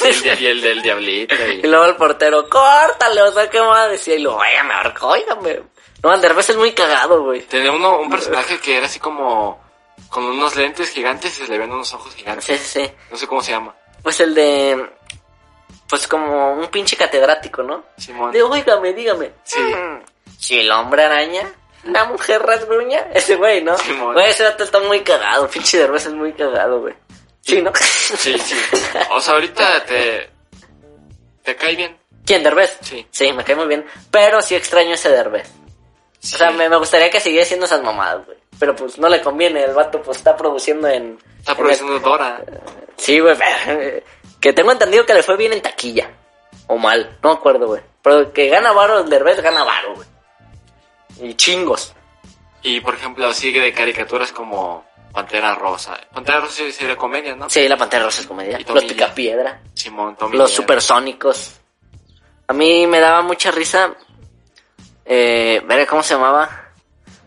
el dia- y el del diablito. Y Y... luego el portero, ¡córtale! O sea, ¿qué más decía? Y luego, ¡óigame, ahorcó, óigame! No, el Derbez es muy cagado, güey. Tenía uno, un personaje que era así como. Con unos lentes gigantes y se le ven unos ojos gigantes. Sí, sí, sí. No sé cómo se llama. Pues el de... Pues como un pinche catedrático, ¿no? Simón. De, óigame, dígame. Sí. Mm, Si el hombre araña, la mujer rasguña, <laughs> ese güey, ¿no? Simón. Güey, ese dato está muy cagado, pinche Derbez es muy cagado, güey. Sí, ¿no? Sí, sí. O sea, ahorita te. Te cae bien. <laughs> ¿Quién, Derbez? Sí. Sí, me cae muy bien, pero sí extraño ese Derbez. Sí. O sea, me, me gustaría que siguiera haciendo esas mamadas, güey. Pero pues no le conviene, el vato pues está produciendo en... Está en produciendo Dora. el- Sí, güey, <laughs> pero- que tengo entendido que le fue bien en taquilla. O mal, no me acuerdo, güey. Pero que gana varo el Derbez, gana varo, güey. Y chingos. Y por ejemplo, sigue de caricaturas como Pantera Rosa. Pantera Rosa sí sería comedia, ¿no? Sí, la Pantera Rosa es comedia. Y Los Tomilla. Picapiedra. Simón, Tommy. Los Supersónicos. A mí me daba mucha risa. Eh, verga, ¿cómo se llamaba?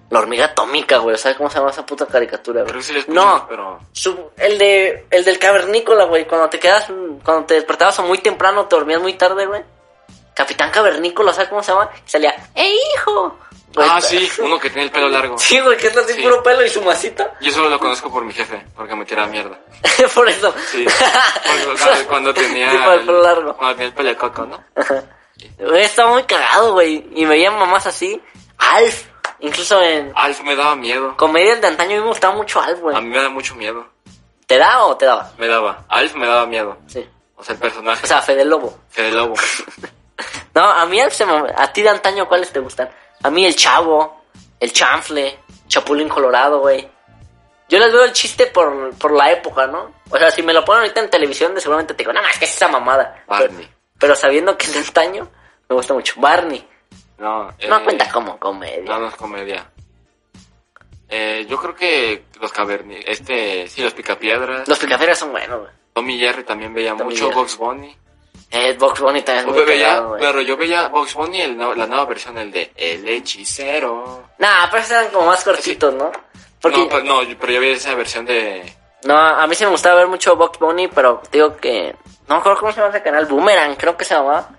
La hormiga atómica, güey. ¿Sabes cómo se llama esa puta caricatura, güey? Creo que sí les no, pusimos, pero. su- el, de, el del cavernícola, güey. Cuando te quedas, mm, cuando te despertabas o muy temprano, te dormías muy tarde, güey. Capitán Cavernícola, ¿sabes cómo se llama? Y salía, ¡eh, hijo! Güey, <laughs> Ah, sí, uno que tiene el pelo largo. Sí, güey, que es así Sí. puro pelo y su masita. <laughs> Yo solo lo conozco por mi jefe, porque me tiraba mierda. Por eso. Sí. Porque <laughs> cuando, <laughs> cuando tenía. Sí, por el pelo largo. Cuando tenía el pelo de coco, ¿no? Güey, estaba muy cagado, güey. Y me veían mamás así. Alf. Incluso en Alf Ah, me daba miedo. comedias de antaño a mí me gustaba mucho Alf, A güey. mí me da mucho miedo. ¿Te daba o te daba? Me daba. Alf me daba miedo. Sí. O sea, el personaje. O sea, Fede Lobo. <laughs> Fede Lobo. No, a mí Alf se me... A ti de antaño, ¿cuáles te gustan? A mí el Chavo, el Chanfle, Chapulín Colorado, güey. Yo les veo el chiste por, por la época, ¿no? O sea, si me lo ponen ahorita en televisión, de seguramente te digo, nada más que es esa mamada. Barney. Pero, pero sabiendo que es de antaño, me gusta mucho. Barney. No, eh, No cuenta como comedia. No, no es comedia. Eh, yo creo que los caverni... Este, sí, los picapiedras. Los picaferas son buenos, güey. Tommy Jerry también veía Tommy mucho Jerry. Box Bunny. Eh, Box Bunny también es Yo muy veía, cagado, güey. pero yo veía Box Bunny, el no- la nueva versión, el de El Hechicero. Nah, pero esos eran como más cortitos, ¿no? pues Porque No, no, pero, no, yo- pero yo veía esa versión de... a mí sí me gustaba ver mucho Box Bunny, pero te digo que no me acuerdo cómo se llama ese canal, Boomerang, creo que se llamaba.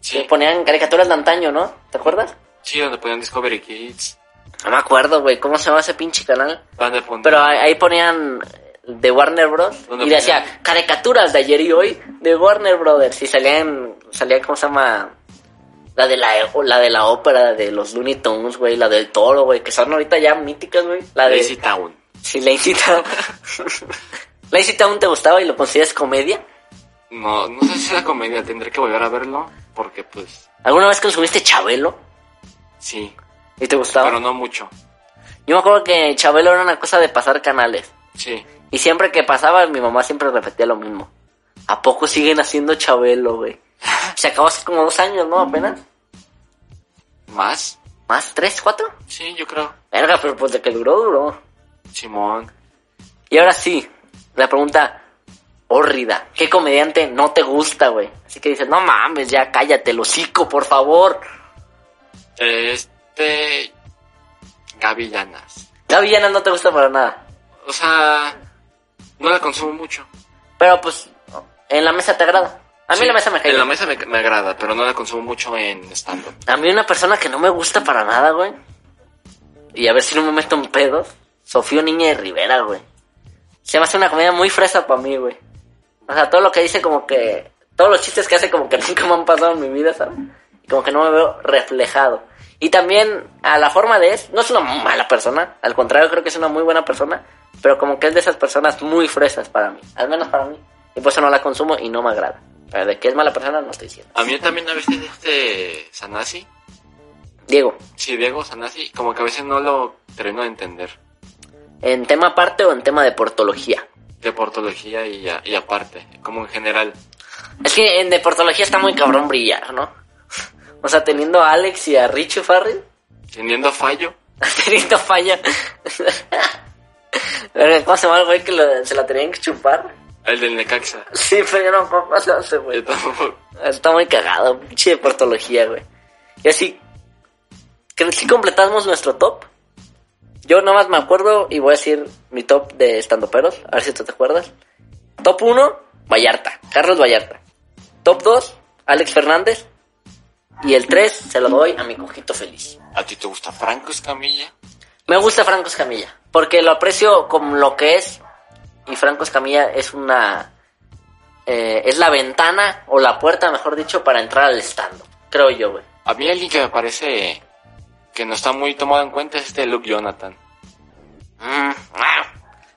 Sí, Que ponían caricaturas de antaño, ¿no? ¿Te acuerdas? sí, donde ponían Discovery Kids. No me acuerdo, güey, cómo se llama ese pinche canal. Van de fondo. Pero ah, ahí ahí ponían de Warner Bros. ¿Dónde Y decía ponían? caricaturas de ayer y hoy de Warner Brothers. Y salían, salía, ¿cómo se llama? La de la, o la de la ópera de los Looney Tunes, güey, la del toro, güey, que son ahorita ya míticas, güey. La de Lazy Town. Sí, Lazy <laughs> Town. Lazy Town te gustaba y lo consideras comedia. No, no sé si era comedia, tendré que volver a verlo, porque pues, ¿Alguna vez consumiste Chabelo? sí, ¿Y te gustaba? pero no mucho. Yo me acuerdo que Chabelo era una cosa de pasar canales. Sí, Y siempre que pasaba, mi mamá siempre repetía lo mismo. <laughs> Mm. ¿A poco siguen haciendo Chabelo, güey? Se acabó hace como dos años, ¿no? Apenas. ¿Más? ¿Más? ¿Tres? ¿Cuatro? Sí, yo creo. Verga, pero pues de que duró, duró. Simón. Y ahora sí, la pregunta horrida. ¿Qué comediante no te gusta, güey? Así que dices, no mames, ya cállate, el hocico, por favor. Este. Gaby Llanas. La villana no te gusta para nada. O sea, no la consumo mucho. Pero pues, en la mesa te agrada. A mí Sí, la mesa me cae. En la bien. mesa me, me agrada, pero no la consumo mucho en stand-up. A mí una persona que no me gusta para nada, güey. Y a ver si no me meto en pedos. Sofía Niña de Rivera, güey. Se me hace una comedia muy fresa para mí, güey. O sea, todo lo que dice como que... Todos los chistes que hace como que <laughs> nunca me han pasado en mi vida, ¿sabes? Y como que no me veo reflejado. Y también a la forma de es... No es una mala persona. Al contrario, creo que es una muy buena persona. Pero como que es de esas personas muy fresas para mí. Al menos para mí. Y por eso no la consumo y no me agrada. Pero de que es mala persona no estoy diciendo. A mí también a veces este Sanasi, Diego, sí, Diego Sanasi, como que a veces no lo termino de entender. ¿En tema aparte o en tema deportología? De portología y, a- y aparte, como en general. Es que en deportología está muy cabrón brillar, ¿no? <laughs> O sea, teniendo a Alex y a Richie Farrell, <laughs> Teniendo fallo, teniendo falla. <laughs> Pero, ¿Cómo se llama el güey que lo- se la tenían que chupar? <laughs> el del Necaxa. Sí, pero yo no, ¿cómo se hace, Yo güey? tampoco- Está muy cagado, pinche deportología, güey. Y así, creo que sí completamos nuestro top. Yo nada más me acuerdo y voy a decir mi top de estandoperos, a ver si tú te acuerdas. Top 1, Vallarta, Carlos Vallarta. Top 2, Alex Fernández. Y el 3 se lo doy a mi cojito feliz. <laughs> ¿A ti te gusta Franco Escamilla? Me gusta Franco Escamilla, porque lo aprecio como lo que es. Y Franco Escamilla es una. eh, es la ventana, o la puerta, mejor dicho, para entrar al stand Creo yo, güey. A mí alguien que me parece que no está muy tomado en cuenta es este Luke Jonathan. Mm, ah.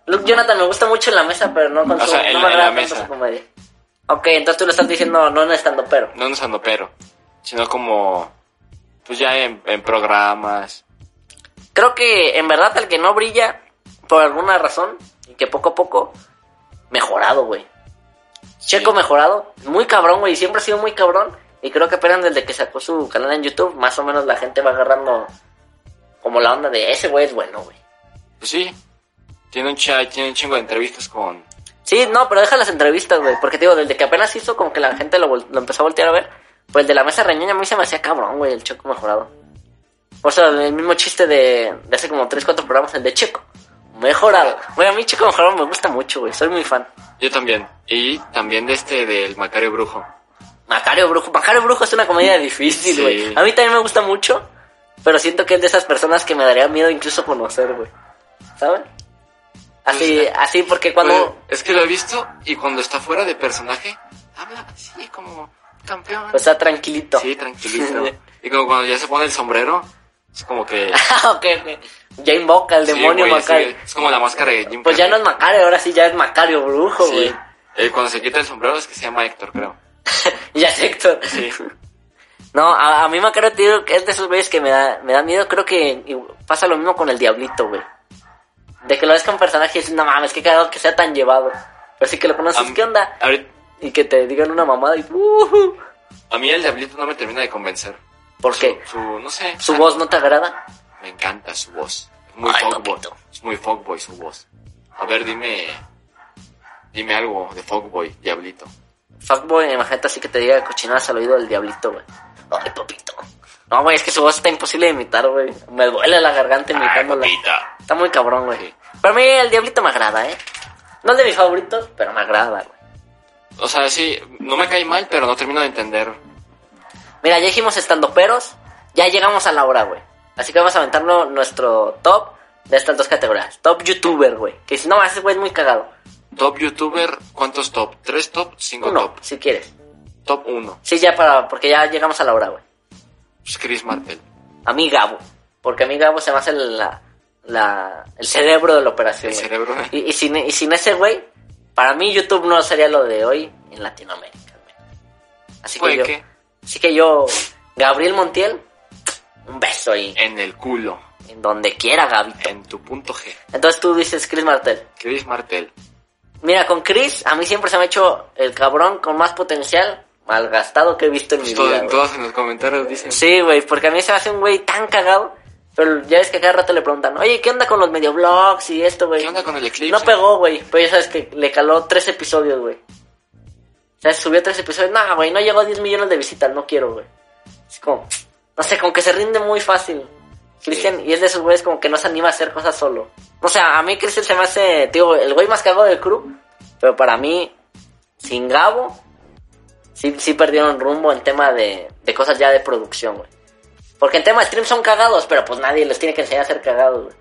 Luke Jonathan me gusta mucho en la mesa, pero no con O sea, en no la- en agrada la tanto mesa. su comedia. Ok, entonces tú lo estás diciendo no en estando pero. No en stand pero, sino como, pues ya en, en programas. Creo que en verdad el que no brilla por alguna razón y que poco a poco mejorado, güey. Checo mejorado, muy cabrón, güey, siempre ha sido muy cabrón y creo que apenas desde que sacó su canal en YouTube, más o menos la gente va agarrando como la onda de ese güey es bueno, güey. Pues sí, tiene un, cha- tiene un chingo de entrevistas con... Sí, no, pero deja las entrevistas, güey. Porque te digo, desde que apenas hizo, como que la gente lo, vol- lo empezó a voltear a ver. Pues el de la mesa reñoña a mí se me hacía cabrón, güey, el Checo mejorado. O sea, el mismo chiste de, de hace como 3, 4 programas, el de Checo. Mejorado. Güey, a mí Checo mejorado me gusta mucho, güey. Soy muy fan. Yo también. Y también de este, del Macario Brujo. Macario Brujo. Macario Brujo es una comedia difícil, Sí. güey. A mí también me gusta mucho. Pero siento que es de esas personas que me daría miedo incluso conocer, güey. ¿Saben? Así, Pues, así porque cuando... Pues, es que lo he visto y cuando está fuera de personaje, habla así como campeón. Pues está tranquilito. sí, tranquilito. <laughs> y como cuando ya se pone el sombrero, es como que... <laughs> ok, ok. Ya invoca el Sí, demonio güey, Macario. sí, es como la máscara de Jim Pues ya no Carrey. es Macario, ahora sí ya es Macario Brujo, güey. <laughs> Sí. Eh, cuando se quita el sombrero es que se llama Héctor, creo. ya es Héctor. <laughs> Sí. No, a, a mí Macario te digo que es de esos güeyes que me da, me da miedo. Creo que y- pasa lo mismo con el Diablito, güey. De que lo ves con personaje y dices, no mames, qué cagado que sea tan llevado. Pero sí que lo conoces, Am- Pues, ¿qué onda? ahorita- Y que te digan una mamada y... "Ujú". A mí el diablito no me termina de convencer. ¿Por qué? Su, su- no sé. ¿Su voz no te agrada? Me encanta su voz. Es muy Ay, fuckboy. papito. Es muy fuckboy su voz. A ver, dime. Dime algo de fuckboy, diablito. Fuckboy, imagínate así que te diga cochinadas al oído del diablito, güey. Ah. Ay, papito. No, güey, es que su voz está imposible de imitar, güey. Me duele la garganta imitándola. papita. Está muy cabrón, güey. Sí. Pero a mí el diablito me agrada, ¿eh? No es de mis favoritos, pero me agrada, güey. O sea, sí, no me cae mal, pero no termino de entender. Mira, ya dijimos estando peros, ya llegamos a la hora, güey. Así que vamos a aventarnos nuestro top de estas dos categorías. Top youtuber, güey. Que si no, ese güey es muy cagado. Top youtuber, ¿cuántos top? ¿Tres top? ¿Cinco Uno, top? si quieres. Top uno. Sí, ya para, porque ya llegamos a la hora, güey. Pues Chris Martel. A mí Gabo. Porque a mí Gabo se me hace la, la- el cerebro de la operación. El güey. cerebro. Y, y sin, y sin ese güey, para mí YouTube no sería lo de hoy en Latinoamérica. güey. Así que, Puede yo, que así que yo, Gabriel Montiel, un beso ahí, en el culo, en donde quiera, Gabito. en tu punto G. Entonces tú dices Chris Martel. Chris Martel. Mira, con Chris, a mí siempre se me ha hecho el cabrón con más potencial, malgastado que he visto en mi Pues vida. todo- güey. todos en los comentarios dicen. Sí, güey, porque a mí se me hace un güey tan cagado. Pero ya ves que cada rato le preguntan, oye, ¿qué onda con los medioblogs y esto, güey? ¿Qué onda con el eclipse? No pegó, güey. Pero ya sabes que le caló tres episodios, güey. O sea, subió tres episodios. No, güey, no llegó a 10 millones de visitas. No quiero, güey. Es como, no sé, como que se rinde muy fácil. Cristian, y es de esos güeyes como que no se anima a hacer cosas solo. O sea, a mí Cristian se me hace, digo, el güey más cagado del club. Pero para mí, sin Gabo, sí, sí perdieron rumbo en tema de, de cosas ya de producción, güey. Porque en tema de stream son cagados, pero pues nadie les tiene que enseñar a ser cagados, güey.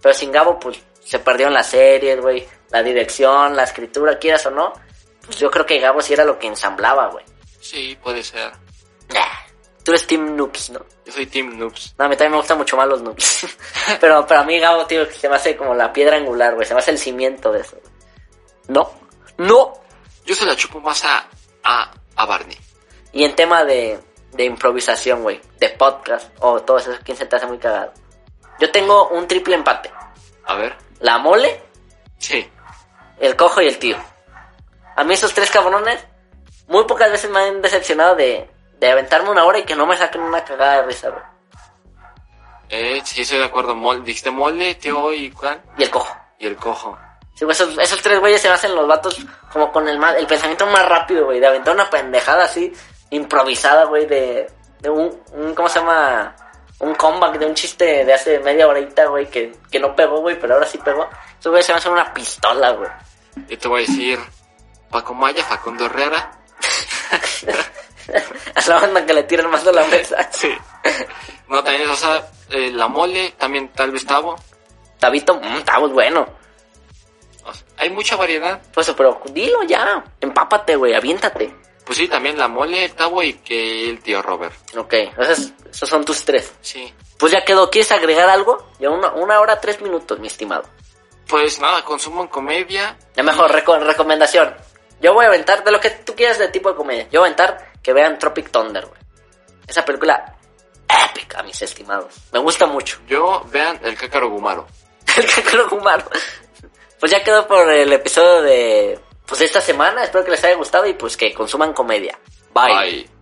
Pero sin Gabo, pues se perdieron las series, güey. La dirección, la escritura, quieras o no. Pues yo creo que Gabo sí era lo que ensamblaba, güey. Sí, puede ser. Ah, Tú eres Team Noobs, ¿no? Yo soy Team Noobs. No, a mí también me gustan mucho más los noobs. <laughs> pero para mí Gabo, tío, se me hace como la piedra angular, güey. Se me hace el cimiento de eso. güey. No, no. Yo se la chupo más a, a, a Barney. Y en tema de, de improvisación, güey. De podcast o todo eso, ¿quién se te hace muy cagado? Yo tengo un triple empate. A ver. La mole, Sí. el cojo y el tío. A mí esos tres cabrones, muy pocas veces me han decepcionado de, de aventarme una hora y que no me saquen una cagada de risa, güey. Eh, sí, estoy de acuerdo. Mol, dijiste mole, tío y cuál. Y el cojo. Y el cojo. Sí, güey, esos, esos tres güeyes se me hacen los vatos como con el, más- el pensamiento más rápido, güey. De aventar una pendejada así, improvisada, güey, de, de un, un- ¿cómo se llama? Un comeback de un chiste de hace media horita, güey, que, que no pegó, güey, pero ahora sí pegó. Esos güeyes se me hacen una pistola, güey. <laughs> Yo te voy a decir Paco Maya, Facundo Herrera. A la banda que le tiran más de la mesa. Sí. No, también, o sea, eh, la mole, también tal vez Tavo. Tabito, mmm, estamos bueno. O sea, hay mucha variedad. Pues, pero dilo ya. Empápate, güey, aviéntate. Pues sí, también la mole, el Tavo y que el tío Robert. Ok, esos, esos son tus tres. Sí. Pues ya quedó. ¿Quieres agregar algo? Ya una, una hora, tres minutos, mi estimado. Pues nada, consumo en comedia. La mejor reco- recomendación. Yo voy a aventar de lo que tú quieras de tipo de comedia. Yo voy a aventar que vean Tropic Thunder, güey. Esa película épica, mis estimados. Me gusta mucho. <laughs> Yo, vean el Cácaro Gumaro. El cálculo humano. Pues ya quedó por el episodio de pues de esta semana. Espero que les haya gustado y pues que consuman comedia. Bye. Bye.